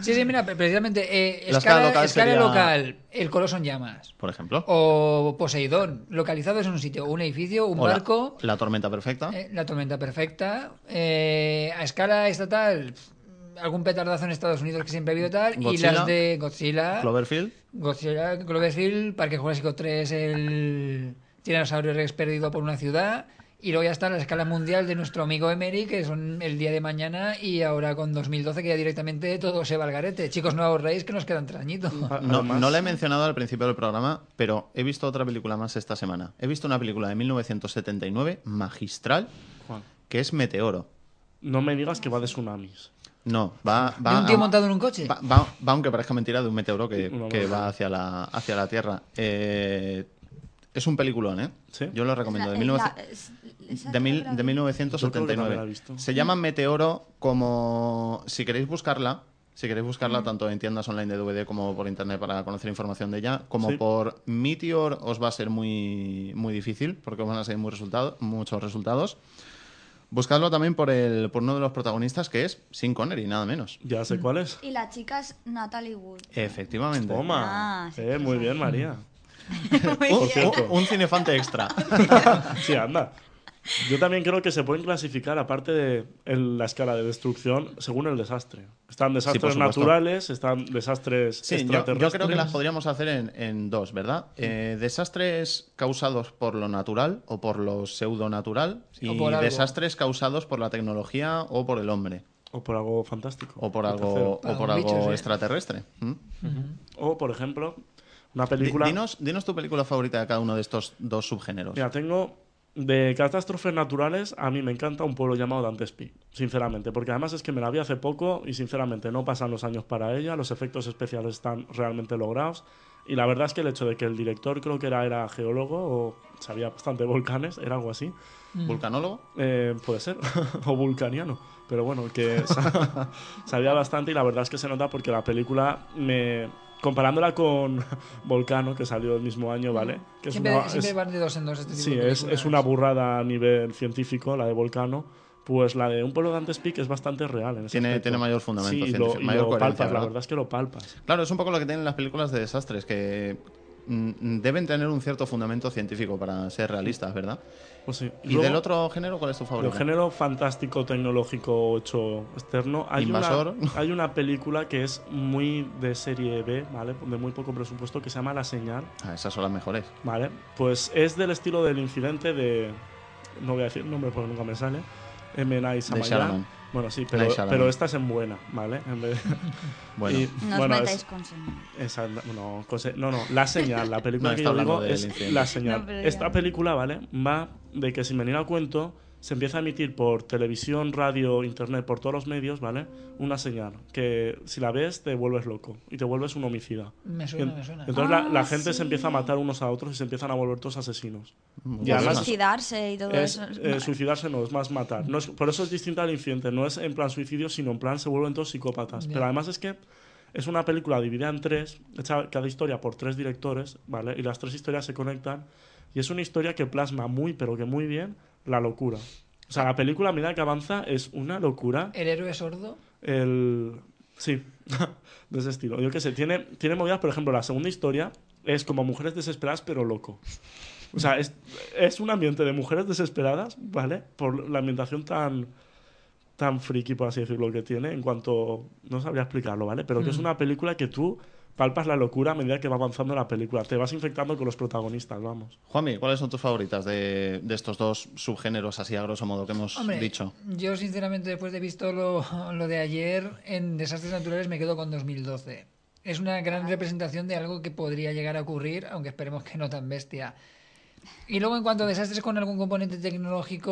[SPEAKER 4] Sí, sí, mira, precisamente eh,
[SPEAKER 2] La escala
[SPEAKER 4] escala,
[SPEAKER 2] local
[SPEAKER 4] escala
[SPEAKER 2] sería-
[SPEAKER 4] local, el coloso en llamas.
[SPEAKER 2] Por ejemplo.
[SPEAKER 4] O Poseidón, localizados en un sitio, un edificio, un
[SPEAKER 2] O la-
[SPEAKER 4] barco,
[SPEAKER 2] La, tormenta perfecta.
[SPEAKER 4] eh, la tormenta perfecta. eh, a escala estatal, pf, algún petardazo en Estados Unidos que siempre ha habido tal. Y
[SPEAKER 2] Godzilla.
[SPEAKER 4] las de Godzilla,
[SPEAKER 2] Cloverfield.
[SPEAKER 4] Godzilla, Cloverfield, Parque Jurásico 3, el tiranosaurio Rex perdido por una ciudad. Y luego ya está la escala mundial de nuestro amigo Emery, que son el día de mañana y ahora con 2012, que ya directamente todo se va al garete. Chicos, no ahorréis que nos quedan tres añitos.
[SPEAKER 3] a-
[SPEAKER 2] No,
[SPEAKER 3] además-
[SPEAKER 2] no la he mencionado al principio del programa, pero he visto otra película más esta semana. He visto una película de 1979, magistral,
[SPEAKER 3] Juan,
[SPEAKER 2] que es Meteoro.
[SPEAKER 3] no me digas que va de tsunamis.
[SPEAKER 2] No, va,
[SPEAKER 4] ¿De
[SPEAKER 2] va
[SPEAKER 4] un tío
[SPEAKER 2] a-
[SPEAKER 4] montado en un coche?
[SPEAKER 2] Va, va- va, aunque parezca mentira, de un meteoro que,
[SPEAKER 3] Una
[SPEAKER 2] que
[SPEAKER 3] broma.
[SPEAKER 2] va hacia la, hacia la Tierra. Eh, es un peliculón, ¿eh?
[SPEAKER 3] Sí.
[SPEAKER 2] Yo lo recomiendo.
[SPEAKER 5] La-
[SPEAKER 2] De,
[SPEAKER 5] es
[SPEAKER 2] 19
[SPEAKER 5] la- es- esa
[SPEAKER 2] de, mil-
[SPEAKER 5] película-
[SPEAKER 2] de
[SPEAKER 3] Yo creo que
[SPEAKER 2] 1979.
[SPEAKER 3] no la he visto.
[SPEAKER 2] Se llama Meteoro como... Si queréis buscarla, si queréis buscarla tanto en tiendas online de DVD como por internet para conocer información de ella, como
[SPEAKER 3] Sí.
[SPEAKER 2] por Meteor os va a ser muy, muy difícil porque van a ser muy resultado, muchos resultados. Buscadlo también por, el, por uno de los protagonistas que es Sin Connery, nada menos.
[SPEAKER 3] Ya sé cuál es.
[SPEAKER 5] Y la chica es Natalie Wood.
[SPEAKER 2] Efectivamente.
[SPEAKER 3] Toma.
[SPEAKER 5] Ah, sí,
[SPEAKER 3] Eh, muy bien, María.
[SPEAKER 2] Un,
[SPEAKER 3] Por cierto.
[SPEAKER 2] un- un cinefante extra.
[SPEAKER 3] Sí, anda. Yo también creo que se pueden clasificar, aparte de el- la escala de destrucción, según el desastre. Están desastres
[SPEAKER 2] supuesto.
[SPEAKER 3] naturales, están desastres
[SPEAKER 2] Sí, yo,
[SPEAKER 3] extraterrestres.
[SPEAKER 2] yo creo que las podríamos hacer en, en dos, ¿verdad? Eh, desastres causados por lo natural o por lo pseudonatural
[SPEAKER 4] o
[SPEAKER 2] y
[SPEAKER 4] por algo.
[SPEAKER 2] desastres causados por la tecnología o por el hombre
[SPEAKER 3] O por algo fantástico.
[SPEAKER 2] o por
[SPEAKER 3] El
[SPEAKER 2] algo,
[SPEAKER 3] tercero.
[SPEAKER 2] o por
[SPEAKER 4] Ah,
[SPEAKER 2] algo
[SPEAKER 4] bichos, eh.
[SPEAKER 2] extraterrestre. ¿Mm?
[SPEAKER 3] O, por ejemplo, una
[SPEAKER 2] Di-
[SPEAKER 3] película...
[SPEAKER 2] Dinos, dinos tu película favorita de cada uno de estos dos subgéneros.
[SPEAKER 3] Mira, tengo de catástrofes naturales, a mí me encanta un pueblo llamado Dante's Peak, sinceramente, porque además es que me la vi hace poco y sinceramente no pasan los años para ella, los efectos especiales están realmente logrados y la verdad es que el hecho de que el director creo que era, era geólogo o sabía bastante volcanes, era algo así,
[SPEAKER 2] ¿Vulcanólogo?
[SPEAKER 3] eh, puede ser, o vulcaniano, pero bueno, que sa- sabía bastante y la verdad es que se nota porque la película me... Comparándola con Volcano, que salió el mismo año, ¿vale? Que es
[SPEAKER 4] siempre
[SPEAKER 3] una-
[SPEAKER 4] siempre
[SPEAKER 3] es-
[SPEAKER 4] van de dos en dos este tipo
[SPEAKER 3] Sí,
[SPEAKER 4] de
[SPEAKER 3] es, es
[SPEAKER 4] películas.
[SPEAKER 3] una burrada a nivel científico, la de Volcano. Pues la de un pueblo de Dante's Peak es bastante real. En ese
[SPEAKER 2] Tiene-
[SPEAKER 3] aspecto.
[SPEAKER 2] tiene mayor fundamento
[SPEAKER 3] Sí, y
[SPEAKER 2] científico,
[SPEAKER 3] lo, y
[SPEAKER 2] mayor
[SPEAKER 3] lo
[SPEAKER 2] coherencia,
[SPEAKER 3] palpas, la
[SPEAKER 2] ¿verdad?
[SPEAKER 3] verdad es que lo palpas.
[SPEAKER 2] Claro, es un poco lo que tienen las películas de desastres, que mm, deben tener un cierto fundamento científico para ser realistas, ¿verdad?
[SPEAKER 3] Pues sí.
[SPEAKER 2] ¿Y
[SPEAKER 3] luego,
[SPEAKER 2] del otro género cuál es tu
[SPEAKER 3] del
[SPEAKER 2] favorito?
[SPEAKER 3] género fantástico tecnológico hecho externo. Hay
[SPEAKER 2] Invasor.
[SPEAKER 3] Una, hay una película que es muy de serie B, ¿vale? De muy poco presupuesto, que se llama La Señal.
[SPEAKER 2] Ah, esas son las mejores.
[SPEAKER 3] Vale, pues es del estilo del incidente de. No voy a decir el nombre porque nunca me sale. M. Night Shyamalan.
[SPEAKER 2] Shyamalan.
[SPEAKER 3] Bueno, sí, pero,
[SPEAKER 2] Night Shyamalan.
[SPEAKER 3] pero esta es en buena, ¿vale? En vez-
[SPEAKER 2] Bueno.
[SPEAKER 3] Y,
[SPEAKER 5] No os
[SPEAKER 3] bueno,
[SPEAKER 5] metáis
[SPEAKER 3] es-
[SPEAKER 5] con señor.
[SPEAKER 3] esa- no, cose- no, no, La Señal, la película
[SPEAKER 2] No,
[SPEAKER 3] que
[SPEAKER 2] está
[SPEAKER 3] yo digo
[SPEAKER 2] hablando del
[SPEAKER 3] es
[SPEAKER 2] incidente.
[SPEAKER 3] La Señal.
[SPEAKER 5] No, pero ya.
[SPEAKER 3] Esta película, ¿vale? Va de que, sin venir a cuento, se empieza a emitir por televisión, radio, internet, por todos los medios, ¿vale? Una señal que, si la ves, te vuelves loco y te vuelves un homicida.
[SPEAKER 4] Me
[SPEAKER 3] Y
[SPEAKER 4] suena,
[SPEAKER 3] en-
[SPEAKER 4] me suena.
[SPEAKER 3] Entonces la,
[SPEAKER 5] Ah,
[SPEAKER 3] la gente
[SPEAKER 5] sí.
[SPEAKER 3] se empieza a matar unos a otros y se empiezan a volver todos asesinos.
[SPEAKER 2] Mm,
[SPEAKER 3] Y además
[SPEAKER 5] Suicidarse y todo
[SPEAKER 3] es,
[SPEAKER 5] eso.
[SPEAKER 3] eh, suicidarse no, es más matar. No es- por eso es distinta al incidente. No es en plan suicidio, sino en plan se vuelven todos psicópatas.
[SPEAKER 4] Ya.
[SPEAKER 3] Pero además es que es una película dividida en tres, hecha cada historia por tres directores, ¿vale? Y las tres historias se conectan. Y es una historia que plasma muy, pero que muy bien, la locura. O sea, la película a medida que avanza es una locura.
[SPEAKER 4] El héroe sordo.
[SPEAKER 3] El. Sí, de ese estilo. Yo qué sé, tiene, tiene movidas, por ejemplo, la segunda historia es como mujeres desesperadas, pero loco. O sea, es, es un ambiente de mujeres desesperadas, ¿vale? Por la ambientación tan. tan friki, por así decirlo, que tiene, en cuanto. no sabría explicarlo, ¿vale? Pero que
[SPEAKER 5] Mm.
[SPEAKER 3] es una película que tú palpas la locura a medida que va avanzando la película. Te vas infectando con los protagonistas, vamos.
[SPEAKER 2] Juanmi, ¿cuáles son tus favoritas de, de estos dos subgéneros, así a grosso modo, que hemos
[SPEAKER 4] Hombre,
[SPEAKER 2] dicho?
[SPEAKER 4] yo sinceramente después de visto lo, lo de ayer en Desastres Naturales me quedo con 2012. Es una gran representación de algo que podría llegar a ocurrir, aunque esperemos que no tan bestia. Y luego en cuanto a desastres con algún componente tecnológico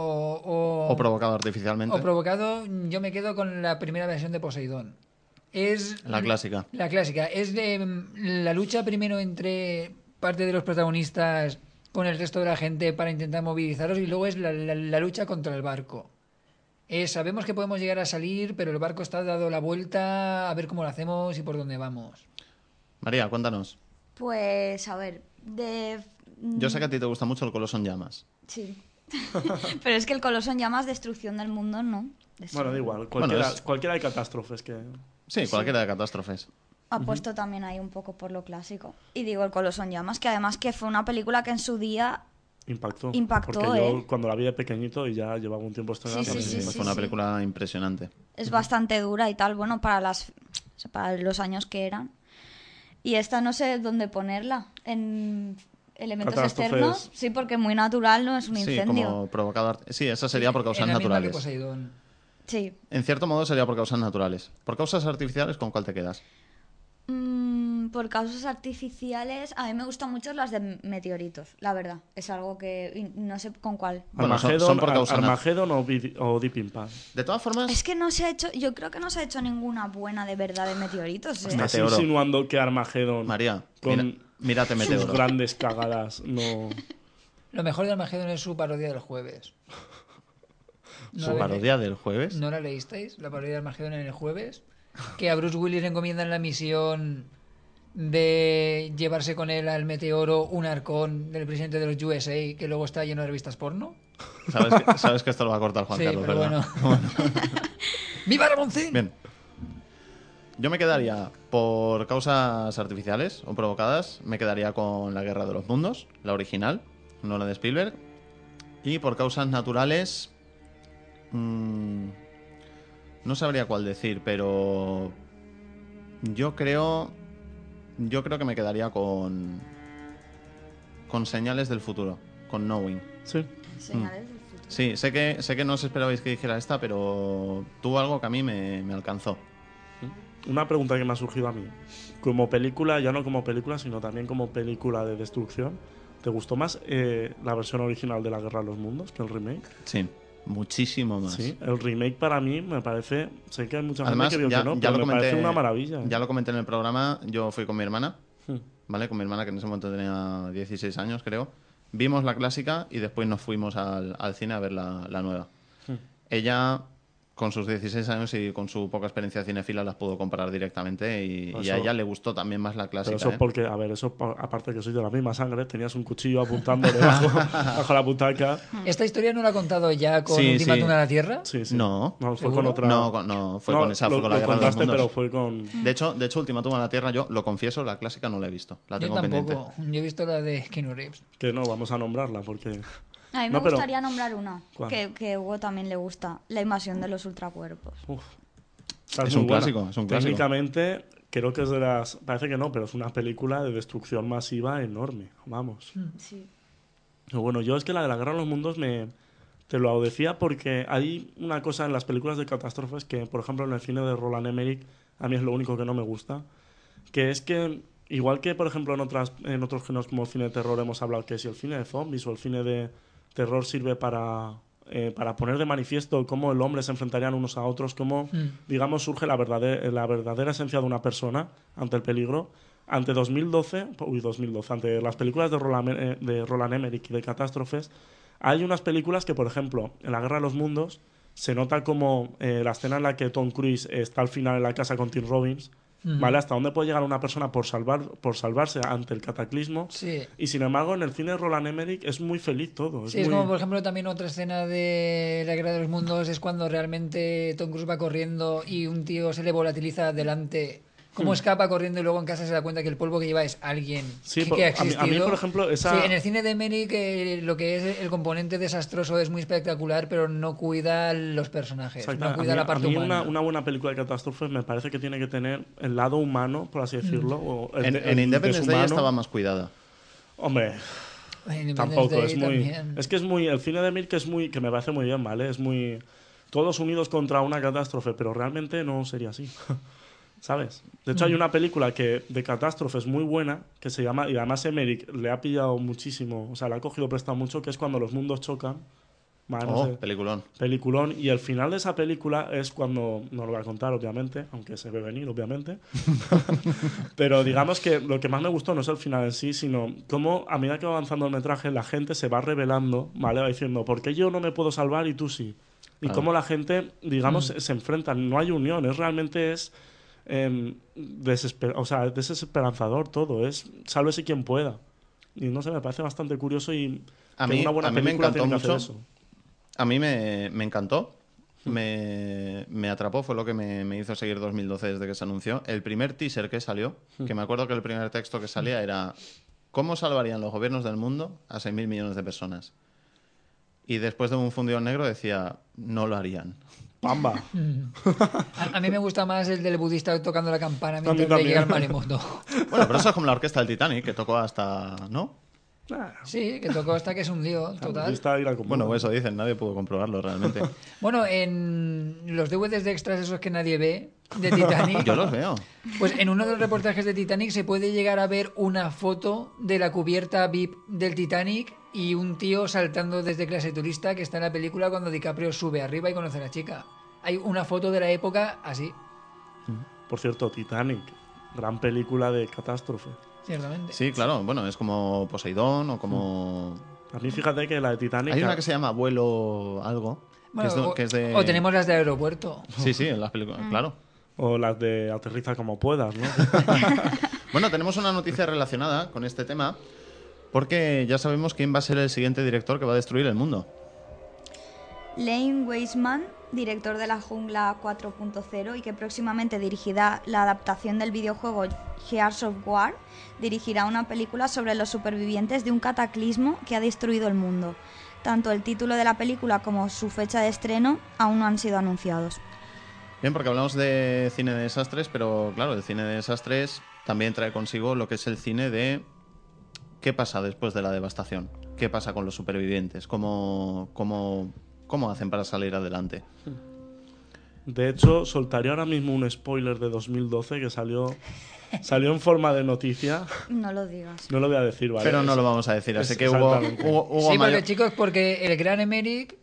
[SPEAKER 4] o,
[SPEAKER 2] ¿O provocado artificialmente?
[SPEAKER 4] o provocado, yo me quedo con la primera versión de Poseidón. Es
[SPEAKER 2] La clásica.
[SPEAKER 4] la clásica. Es de mm, la lucha primero entre parte de los protagonistas con el resto de la gente para intentar movilizaros y luego es la, la- la lucha contra el barco. Eh, sabemos que podemos llegar a salir, pero el barco está dado la vuelta a ver cómo lo hacemos y por dónde vamos.
[SPEAKER 2] María, cuéntanos.
[SPEAKER 5] Pues a ver, de...
[SPEAKER 2] Yo sé que a ti te gusta mucho el coloso en llamas.
[SPEAKER 5] Sí. Pero es que el coloso en llamas destrucción del mundo, ¿no? Destrucción.
[SPEAKER 3] Bueno, da igual. Cualquiera,
[SPEAKER 2] es-
[SPEAKER 3] cualquiera de catástrofes que.
[SPEAKER 2] Sí, cualquiera de catástrofes.
[SPEAKER 5] Apuesto también ahí un poco por lo clásico. Y digo el coloso en llamas, que además que fue una película que en su día...
[SPEAKER 3] Impactó.
[SPEAKER 5] Impactó,
[SPEAKER 3] Porque
[SPEAKER 5] ¿eh?
[SPEAKER 3] yo cuando la vi de pequeñito y ya llevaba un tiempo estrenando.
[SPEAKER 5] Sí, sí,
[SPEAKER 2] fue
[SPEAKER 5] sí,
[SPEAKER 2] una
[SPEAKER 5] sí.
[SPEAKER 2] película impresionante.
[SPEAKER 5] es bastante dura y tal, bueno, para las o sea, para los años que eran. Y esta no sé dónde ponerla, en elementos
[SPEAKER 3] Catástrofes.
[SPEAKER 5] externos, sí, porque muy natural no es un
[SPEAKER 2] Sí,
[SPEAKER 5] incendio.
[SPEAKER 2] como provocado. art- Sí, esa sería Ah, por causas
[SPEAKER 4] Era la misma que
[SPEAKER 2] naturales.
[SPEAKER 4] Poseidón.
[SPEAKER 5] Sí.
[SPEAKER 2] En cierto modo sería por causas naturales. Por causas artificiales, ¿con cuál te quedas?
[SPEAKER 5] Mm, por causas artificiales, a mí me gustan mucho las de meteoritos, la verdad. Es algo que y no sé con cuál.
[SPEAKER 2] Bueno, son-
[SPEAKER 3] Armagedón,
[SPEAKER 2] son por causa
[SPEAKER 3] Ar-
[SPEAKER 2] nat-
[SPEAKER 3] Armagedón o, Vid- o Deep Impact.
[SPEAKER 2] De todas formas,
[SPEAKER 5] Es que no se ha hecho, yo creo que no se ha hecho ninguna buena de verdad de meteoritos. ¿eh?
[SPEAKER 2] Hasta-
[SPEAKER 3] Estás
[SPEAKER 2] Meteoro.
[SPEAKER 3] insinuando que Armagedón.
[SPEAKER 2] María,
[SPEAKER 3] Con
[SPEAKER 2] mira- mírate
[SPEAKER 3] sus
[SPEAKER 2] Meteoro.
[SPEAKER 3] grandes cagadas. No.
[SPEAKER 4] Lo mejor de Armagedón es su parodia del jueves. ¿No
[SPEAKER 2] Su
[SPEAKER 4] la-
[SPEAKER 2] parodia del jueves.
[SPEAKER 4] ¿No la leísteis? La parodia de Armagedón en el jueves. Que a Bruce Willis le encomiendan la misión de llevarse con él al meteoro un arcón del presidente de los USA que luego está lleno de revistas porno.
[SPEAKER 2] ¿Sabes, que, sabes que esto lo va a cortar Juan
[SPEAKER 4] sí,
[SPEAKER 2] Carlos,
[SPEAKER 4] pero
[SPEAKER 2] ¿verdad?
[SPEAKER 4] bueno. ¡Viva Ramoncín!
[SPEAKER 2] Bien. Yo me quedaría por causas artificiales o provocadas, me quedaría con La Guerra de los Mundos, la original, no la de Spielberg. Y por causas naturales. mm, no sabría cuál decir, pero. Yo creo. Yo creo que me quedaría con. Con señales del futuro, con Knowing.
[SPEAKER 3] Sí. Mm.
[SPEAKER 5] Señales del futuro.
[SPEAKER 2] Sí, sé que, sé que no os esperabais que dijera esta, pero tuvo algo que a mí me, me alcanzó.
[SPEAKER 3] Una pregunta que me ha surgido a mí. Como película, ya no como película, sino también como película de destrucción, ¿te gustó más eh, la versión original de La Guerra de los Mundos que el remake?
[SPEAKER 2] Sí, muchísimo más.
[SPEAKER 3] Sí, el remake para mí me parece. Sé que hay mucha gente
[SPEAKER 2] Pues Además,
[SPEAKER 3] que vio
[SPEAKER 2] ya,
[SPEAKER 3] que no,
[SPEAKER 2] ya
[SPEAKER 3] pero
[SPEAKER 2] lo
[SPEAKER 3] me
[SPEAKER 2] comenté,
[SPEAKER 3] parece una maravilla. ¿eh?
[SPEAKER 2] Ya lo comenté en el programa, yo fui con mi hermana,
[SPEAKER 3] Hmm.
[SPEAKER 2] ¿vale? Con mi hermana que en ese momento tenía 16 años, creo. Vimos la clásica y después nos fuimos al, al cine a ver la, la nueva.
[SPEAKER 3] Hmm.
[SPEAKER 2] Ella, con sus 16 años y con su poca experiencia cinefila, las pudo comparar directamente y, y
[SPEAKER 3] Eso-
[SPEAKER 2] a ella le gustó también más la clásica.
[SPEAKER 3] Pero eso
[SPEAKER 2] ¿eh?
[SPEAKER 3] es porque, a ver, eso por- aparte que soy de la misma sangre, tenías un cuchillo apuntando debajo, bajo la butaca.
[SPEAKER 4] ¿Esta historia no la ha contado ya con
[SPEAKER 2] Sí,
[SPEAKER 4] Ultimátum
[SPEAKER 2] sí.
[SPEAKER 4] a la Tierra?
[SPEAKER 3] Sí, sí.
[SPEAKER 2] No.
[SPEAKER 3] fue con
[SPEAKER 4] ¿Seguro?
[SPEAKER 3] otra.
[SPEAKER 2] No, con- no, fue con esa,
[SPEAKER 3] lo,
[SPEAKER 2] fue con la
[SPEAKER 3] lo
[SPEAKER 2] guerra de los
[SPEAKER 3] contaste,
[SPEAKER 2] mundos.
[SPEAKER 3] pero fue con.
[SPEAKER 2] De hecho, de hecho, Ultimátum a la Tierra, yo lo confieso, la clásica no la he visto. La
[SPEAKER 4] Yo
[SPEAKER 2] tengo pendiente.
[SPEAKER 4] tampoco. Yo he visto la de Keanu Reeves.
[SPEAKER 3] Que no, vamos a nombrarla porque.
[SPEAKER 5] A mí me
[SPEAKER 3] No, pero-
[SPEAKER 5] gustaría nombrar una
[SPEAKER 3] ¿Cuál?
[SPEAKER 5] que, que Hugo también le gusta, la invasión de los ultracuerpos.
[SPEAKER 3] Uf. Está
[SPEAKER 2] Es
[SPEAKER 3] muy
[SPEAKER 2] un
[SPEAKER 3] buena.
[SPEAKER 2] clásico, es un clásico.
[SPEAKER 3] Técnicamente, creo que es de las. Parece que no, pero es una película de destrucción masiva enorme. Vamos.
[SPEAKER 5] Sí.
[SPEAKER 3] Pero Bueno, yo es que la de la guerra de los mundos me. Te lo decía porque hay una cosa en las películas de catástrofes que, por ejemplo, en el cine de Roland Emmerich, a mí es lo único que no me gusta. Que es que, igual que, por ejemplo, en, otras, en otros géneros como el cine de terror hemos hablado que si el cine de zombies o el cine de terror sirve para, eh, para poner de manifiesto cómo el hombre se enfrentarían unos a otros, cómo, digamos, surge la verdadera, la verdadera esencia de una persona ante el peligro. Ante 2012, uy, 2012, ante las películas de Roland, eh, de Roland Emmerich y de catástrofes, hay unas películas que, por ejemplo, en La Guerra de los Mundos, se nota como eh, la escena en la que Tom Cruise está al final en la casa con Tim Robbins, ¿vale? Hasta dónde puede llegar una persona por, salvar, por salvarse ante el cataclismo.
[SPEAKER 4] Sí.
[SPEAKER 3] Y sin embargo, en el cine de Roland Emmerich es muy feliz todo. Es
[SPEAKER 4] Sí, es
[SPEAKER 3] Pues muy-
[SPEAKER 4] como por ejemplo también otra escena de La Guerra de los Mundos es cuando realmente Tom Cruise va corriendo y un tío se le volatiliza delante.
[SPEAKER 3] Hmm.
[SPEAKER 4] Cómo escapa corriendo y luego en casa se da cuenta que el polvo que lleva es alguien
[SPEAKER 3] Sí,
[SPEAKER 4] que,
[SPEAKER 3] por-
[SPEAKER 4] que ha
[SPEAKER 3] a mí- a mí,
[SPEAKER 4] existido.
[SPEAKER 3] por ejemplo, esa-
[SPEAKER 4] Sí, en el cine de Emmerich eh, lo que es el componente desastroso es muy espectacular, pero no cuida los personajes,
[SPEAKER 3] Exacto.
[SPEAKER 4] no
[SPEAKER 3] A
[SPEAKER 4] cuida
[SPEAKER 3] mí-
[SPEAKER 4] la parte
[SPEAKER 3] a mí
[SPEAKER 4] humana.
[SPEAKER 3] una, una buena película de catástrofes me parece que tiene que tener el lado humano, por así decirlo. o el
[SPEAKER 2] En,
[SPEAKER 3] de-
[SPEAKER 2] en
[SPEAKER 3] el
[SPEAKER 2] Independence Day
[SPEAKER 3] deshumano.
[SPEAKER 2] estaba más cuidada.
[SPEAKER 3] Hombre,
[SPEAKER 4] Independence
[SPEAKER 3] tampoco
[SPEAKER 4] Day
[SPEAKER 3] es muy
[SPEAKER 4] también.
[SPEAKER 3] es que es muy el cine de Mir que es muy que me parece muy bien vale es muy todos unidos contra una catástrofe pero realmente no sería así sabes de hecho hay
[SPEAKER 4] Mm.
[SPEAKER 3] una película que de catástrofes muy buena que se llama y además Emmerich le ha pillado muchísimo o sea le ha cogido prestado mucho que es cuando los mundos chocan Vale, Ah, no
[SPEAKER 2] Oh,
[SPEAKER 3] sé.
[SPEAKER 2] peliculón.
[SPEAKER 3] Peliculón. Y el final de esa película es cuando, no lo voy a contar obviamente, aunque se ve venir obviamente, pero digamos que lo que más me gustó no es el final en sí, sino cómo a medida que va avanzando el metraje la gente se va revelando, ¿vale? Va diciendo, ¿por qué yo no me puedo salvar y tú sí? Y
[SPEAKER 2] Ah.
[SPEAKER 3] cómo la gente, digamos,
[SPEAKER 2] Mm.
[SPEAKER 3] se enfrenta, no hay unión, es realmente es... em, desesper- o sea, desesperanzador todo, es sálvese quien pueda. Y no sé, me parece bastante curioso y
[SPEAKER 2] A
[SPEAKER 3] que
[SPEAKER 2] mí-
[SPEAKER 3] una buena
[SPEAKER 2] a mí me
[SPEAKER 3] película
[SPEAKER 2] encantó
[SPEAKER 3] tiene que hacer
[SPEAKER 2] mucho.
[SPEAKER 3] eso.
[SPEAKER 2] A mí me, me encantó. Me, me atrapó, fue lo que me, me hizo seguir 2012 desde que se anunció. El primer teaser que salió, que me acuerdo que el primer texto que salía era ¿Cómo salvarían los gobiernos del mundo a 6.000 millones de personas? Y después de un fundido negro decía, no lo harían.
[SPEAKER 3] Pamba.
[SPEAKER 4] A, a mí me gusta más el del budista tocando la campana
[SPEAKER 3] mí
[SPEAKER 4] mientras le llega el
[SPEAKER 3] también.
[SPEAKER 4] maremoto.
[SPEAKER 2] Bueno, pero eso es como la orquesta del Titanic, que tocó hasta... ¿No?
[SPEAKER 4] Sí, que tocó hasta que es un lío, total.
[SPEAKER 3] Budista y la comuna.
[SPEAKER 2] Bueno, eso dicen, nadie pudo comprobarlo realmente.
[SPEAKER 4] Bueno, en los DVDs de extras esos que nadie ve de Titanic,
[SPEAKER 2] Yo los veo.
[SPEAKER 4] pues en uno de los reportajes de Titanic se puede llegar a ver una foto de la cubierta VIP del Titanic y un tío saltando desde clase turista que está en la película cuando DiCaprio sube arriba y conoce a la chica. Hay una foto de la época así,
[SPEAKER 3] Por cierto, Titanic, gran película de catástrofe.
[SPEAKER 4] ciertamente.
[SPEAKER 2] Sí, claro, bueno, es como Poseidón o como...
[SPEAKER 3] A mí fíjate que la de Titanic...
[SPEAKER 2] Hay una que se llama Vuelo Algo. que
[SPEAKER 4] Bueno,
[SPEAKER 2] es de-
[SPEAKER 4] o,
[SPEAKER 2] que es de-
[SPEAKER 4] o tenemos Mm. las de aeropuerto.
[SPEAKER 2] Sí, sí, en las películas, claro.
[SPEAKER 3] O las de Aterriza como puedas, ¿no?
[SPEAKER 2] Bueno, tenemos una noticia relacionada con este tema, porque ya sabemos quién va a ser el siguiente director que va a destruir el mundo.
[SPEAKER 5] Lane Weisman, director de La Jungla 4.0 y que próximamente dirigirá la adaptación del videojuego Gears of War, dirigirá una película sobre los supervivientes de un cataclismo que ha destruido el mundo. Tanto el título de la película como su fecha de estreno aún no han sido anunciados.
[SPEAKER 2] Bien, porque hablamos de cine de desastres, pero claro, el cine de desastres también trae consigo lo que es el cine de qué pasa después de la devastación, qué pasa con los supervivientes, cómo, cómo, cómo hacen para salir adelante.
[SPEAKER 3] De hecho, soltaría ahora mismo un spoiler de 2012 que salió, salió en forma de noticia.
[SPEAKER 5] No lo digas.
[SPEAKER 3] No lo voy a decir, ¿vale?
[SPEAKER 2] Pero no
[SPEAKER 3] Es-
[SPEAKER 2] lo vamos a decir, así
[SPEAKER 3] es-
[SPEAKER 2] que hubo,
[SPEAKER 3] exactamente.
[SPEAKER 2] hubo, hubo
[SPEAKER 4] sí, porque
[SPEAKER 2] mayor-
[SPEAKER 4] chicos, porque el gran Emerick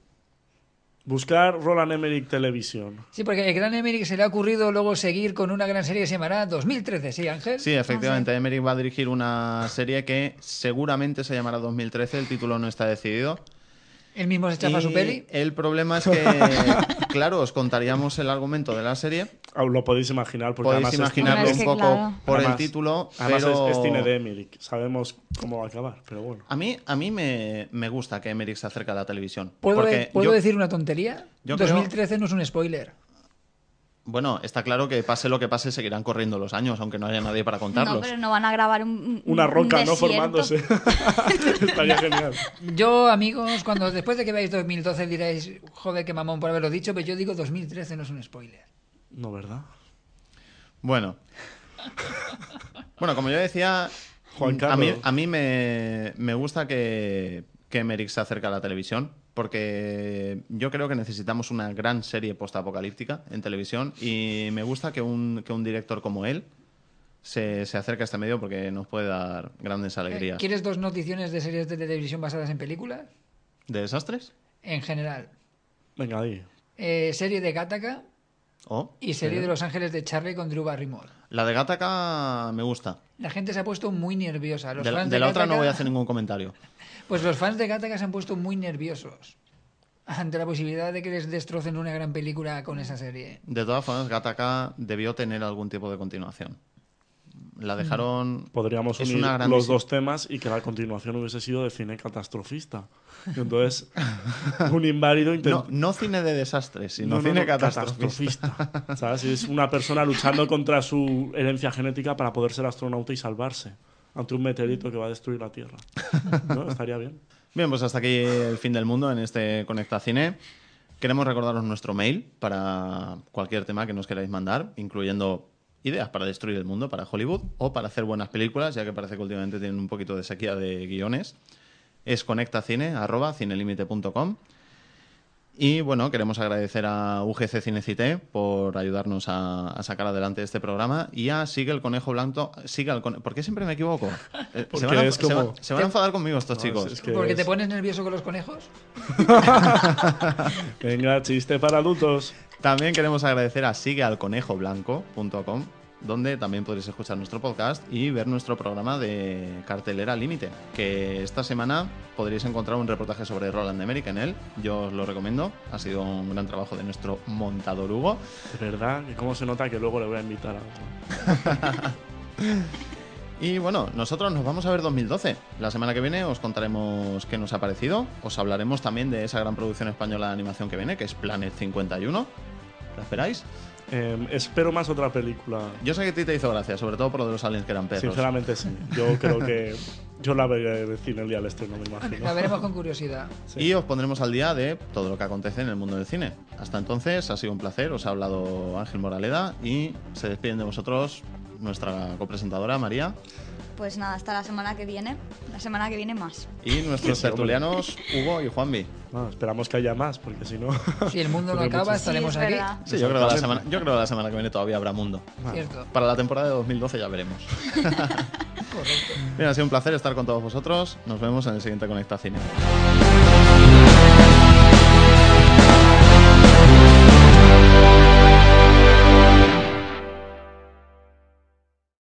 [SPEAKER 3] Buscar Roland Emmerich Televisión.
[SPEAKER 4] Sí, porque el gran Emmerich se le ha ocurrido luego seguir con una gran serie que se llamará 2013, ¿sí, Ángel?
[SPEAKER 2] Sí, efectivamente, Emmerich va a dirigir una serie que seguramente se llamará 2013, el título no está decidido.
[SPEAKER 4] Él mismo se chafa
[SPEAKER 2] Y
[SPEAKER 4] su peli.
[SPEAKER 2] El problema es que, claro, os contaríamos el argumento de la serie.
[SPEAKER 3] Ah, Lo podéis imaginar, porque
[SPEAKER 2] Podéis
[SPEAKER 3] además es-
[SPEAKER 2] imaginarlo
[SPEAKER 5] Hombre,
[SPEAKER 2] un
[SPEAKER 5] es que
[SPEAKER 2] poco
[SPEAKER 5] claro.
[SPEAKER 2] por
[SPEAKER 3] además-
[SPEAKER 2] el título,
[SPEAKER 3] Además
[SPEAKER 2] pero
[SPEAKER 3] es, es cine de Emmerich. Sabemos cómo va a acabar, pero bueno.
[SPEAKER 2] a mí, a mí me, me gusta que Emmerich se acerque a la televisión.
[SPEAKER 4] ¿Puedo,
[SPEAKER 2] porque
[SPEAKER 4] puedo
[SPEAKER 2] yo-
[SPEAKER 4] decir una tontería?
[SPEAKER 2] yo
[SPEAKER 4] 2013 no es un spoiler.
[SPEAKER 2] Bueno, está claro que pase lo que pase, seguirán corriendo los años, aunque no haya nadie para contarlos.
[SPEAKER 5] No, pero no van a grabar un, un-
[SPEAKER 3] Una
[SPEAKER 5] un
[SPEAKER 3] roca, ¿no?
[SPEAKER 5] desierto.
[SPEAKER 3] Formándose. Estaría genial.
[SPEAKER 4] Yo, amigos, cuando después de que veáis 2012 diréis, joder, qué mamón por haberlo dicho, pero yo digo 2013 no es un spoiler.
[SPEAKER 3] No, ¿verdad?
[SPEAKER 2] Bueno. bueno, como yo decía,
[SPEAKER 3] Juan
[SPEAKER 2] a mí,
[SPEAKER 3] Carlos.
[SPEAKER 2] a mí me, me gusta que, que Emmerich se acerque a la televisión, porque yo creo que necesitamos una gran serie postapocalíptica en televisión y me gusta que un, que un director como él se, se acerque a este medio porque nos puede dar grandes alegrías.
[SPEAKER 4] ¿Quieres dos noticiones de series de televisión basadas en películas?
[SPEAKER 2] ¿De desastres?
[SPEAKER 4] En general.
[SPEAKER 3] Venga, ahí.
[SPEAKER 4] Eh, serie de Gattaca
[SPEAKER 2] ¿O?
[SPEAKER 4] y serie de Los Ángeles de Charlie con Drew Barrymore.
[SPEAKER 2] Oh. La de Gataca me gusta.
[SPEAKER 4] La gente se ha puesto muy nerviosa. Los
[SPEAKER 2] De, la-
[SPEAKER 4] fans
[SPEAKER 2] de la otra no
[SPEAKER 4] Gattaca-
[SPEAKER 2] voy a hacer ningún comentario.
[SPEAKER 4] Pues los fans de Gattaca se han puesto muy nerviosos ante la posibilidad de que les destrocen una gran película con esa serie.
[SPEAKER 2] De todas formas, Gattaca debió tener algún tipo de continuación. La dejaron.
[SPEAKER 3] Podríamos
[SPEAKER 2] es
[SPEAKER 3] unir
[SPEAKER 2] una gran
[SPEAKER 3] los
[SPEAKER 2] misi-
[SPEAKER 3] dos temas y que la continuación hubiese sido de cine catastrofista. Y entonces, un inválido
[SPEAKER 2] No,
[SPEAKER 3] intentó.
[SPEAKER 2] no cine de desastres, sino cine catastrofista.
[SPEAKER 3] ¿Sabes? Es una persona luchando contra su herencia genética para poder ser astronauta y salvarse ante un meteorito que va a destruir la Tierra. ¿No? Estaría bien.
[SPEAKER 2] Bien, pues hasta aquí el fin del mundo en este Conecta Cine. Queremos recordaros nuestro mail para cualquier tema que nos queráis mandar, incluyendo ideas para destruir el mundo, para Hollywood o para hacer buenas películas, ya que parece que últimamente tienen un poquito de sequía de guiones. Es conectacine, arroba, cinelimite.com. Y bueno, queremos agradecer a UGC Cinecité por ayudarnos a, a sacar adelante este programa y a Sigue el Conejo Blanco. Sigue el Conejo. ¿Por qué siempre me equivoco? Eh,
[SPEAKER 3] Porque
[SPEAKER 2] se, van a,
[SPEAKER 3] es
[SPEAKER 2] se van-
[SPEAKER 3] como-
[SPEAKER 2] se van a enfadar conmigo estos chicos.
[SPEAKER 3] es- es que
[SPEAKER 4] Porque te
[SPEAKER 3] es-
[SPEAKER 4] pones nervioso con los conejos.
[SPEAKER 3] Venga, chiste para adultos.
[SPEAKER 2] También queremos agradecer a siguealconejoblanco.com, donde también podréis escuchar nuestro podcast y ver nuestro programa de cartelera límite, que esta semana podréis encontrar un reportaje sobre Roland Emmerich en él. Yo os lo recomiendo. Ha sido un gran trabajo de nuestro montador Hugo.
[SPEAKER 3] De verdad, que cómo se nota que luego le voy a invitar a otro.
[SPEAKER 2] Y bueno, nosotros nos vamos a ver 2012. La semana que viene os contaremos qué nos ha parecido. Os hablaremos también de esa gran producción española de animación que viene, que es Planet 51. ¿La esperáis?
[SPEAKER 3] Eh, espero más otra película.
[SPEAKER 2] Yo sé que a ti te hizo gracia, sobre todo por lo de los aliens que eran perros.
[SPEAKER 3] Sinceramente sí. Yo creo que yo la veré en el cine el día del estreno, me
[SPEAKER 4] La
[SPEAKER 3] imagino.
[SPEAKER 4] veremos con curiosidad.
[SPEAKER 3] Sí.
[SPEAKER 2] Y os pondremos al día de todo lo que acontece en el mundo del cine. Hasta entonces, ha sido un placer. Os ha hablado Ángel Moraleda y se despiden de vosotros nuestra copresentadora María
[SPEAKER 5] Pues nada, hasta la semana que viene. La semana que viene más.
[SPEAKER 2] y nuestros
[SPEAKER 3] Sí, hombre.
[SPEAKER 2] tertulianos Hugo y Juanvi.
[SPEAKER 3] Bueno, esperamos que haya más, porque si no.
[SPEAKER 4] Si el mundo no
[SPEAKER 3] Porque
[SPEAKER 4] acaba,
[SPEAKER 3] muchas-
[SPEAKER 4] estaremos
[SPEAKER 5] Sí, es
[SPEAKER 4] aquí.
[SPEAKER 5] verdad.
[SPEAKER 2] Sí, yo creo, que la semana, yo creo que la semana que viene todavía habrá mundo.
[SPEAKER 4] Cierto.
[SPEAKER 2] Para la temporada de 2012 ya veremos. Bien, ha sido un placer estar con todos vosotros. Nos vemos en el siguiente Conecta Cine.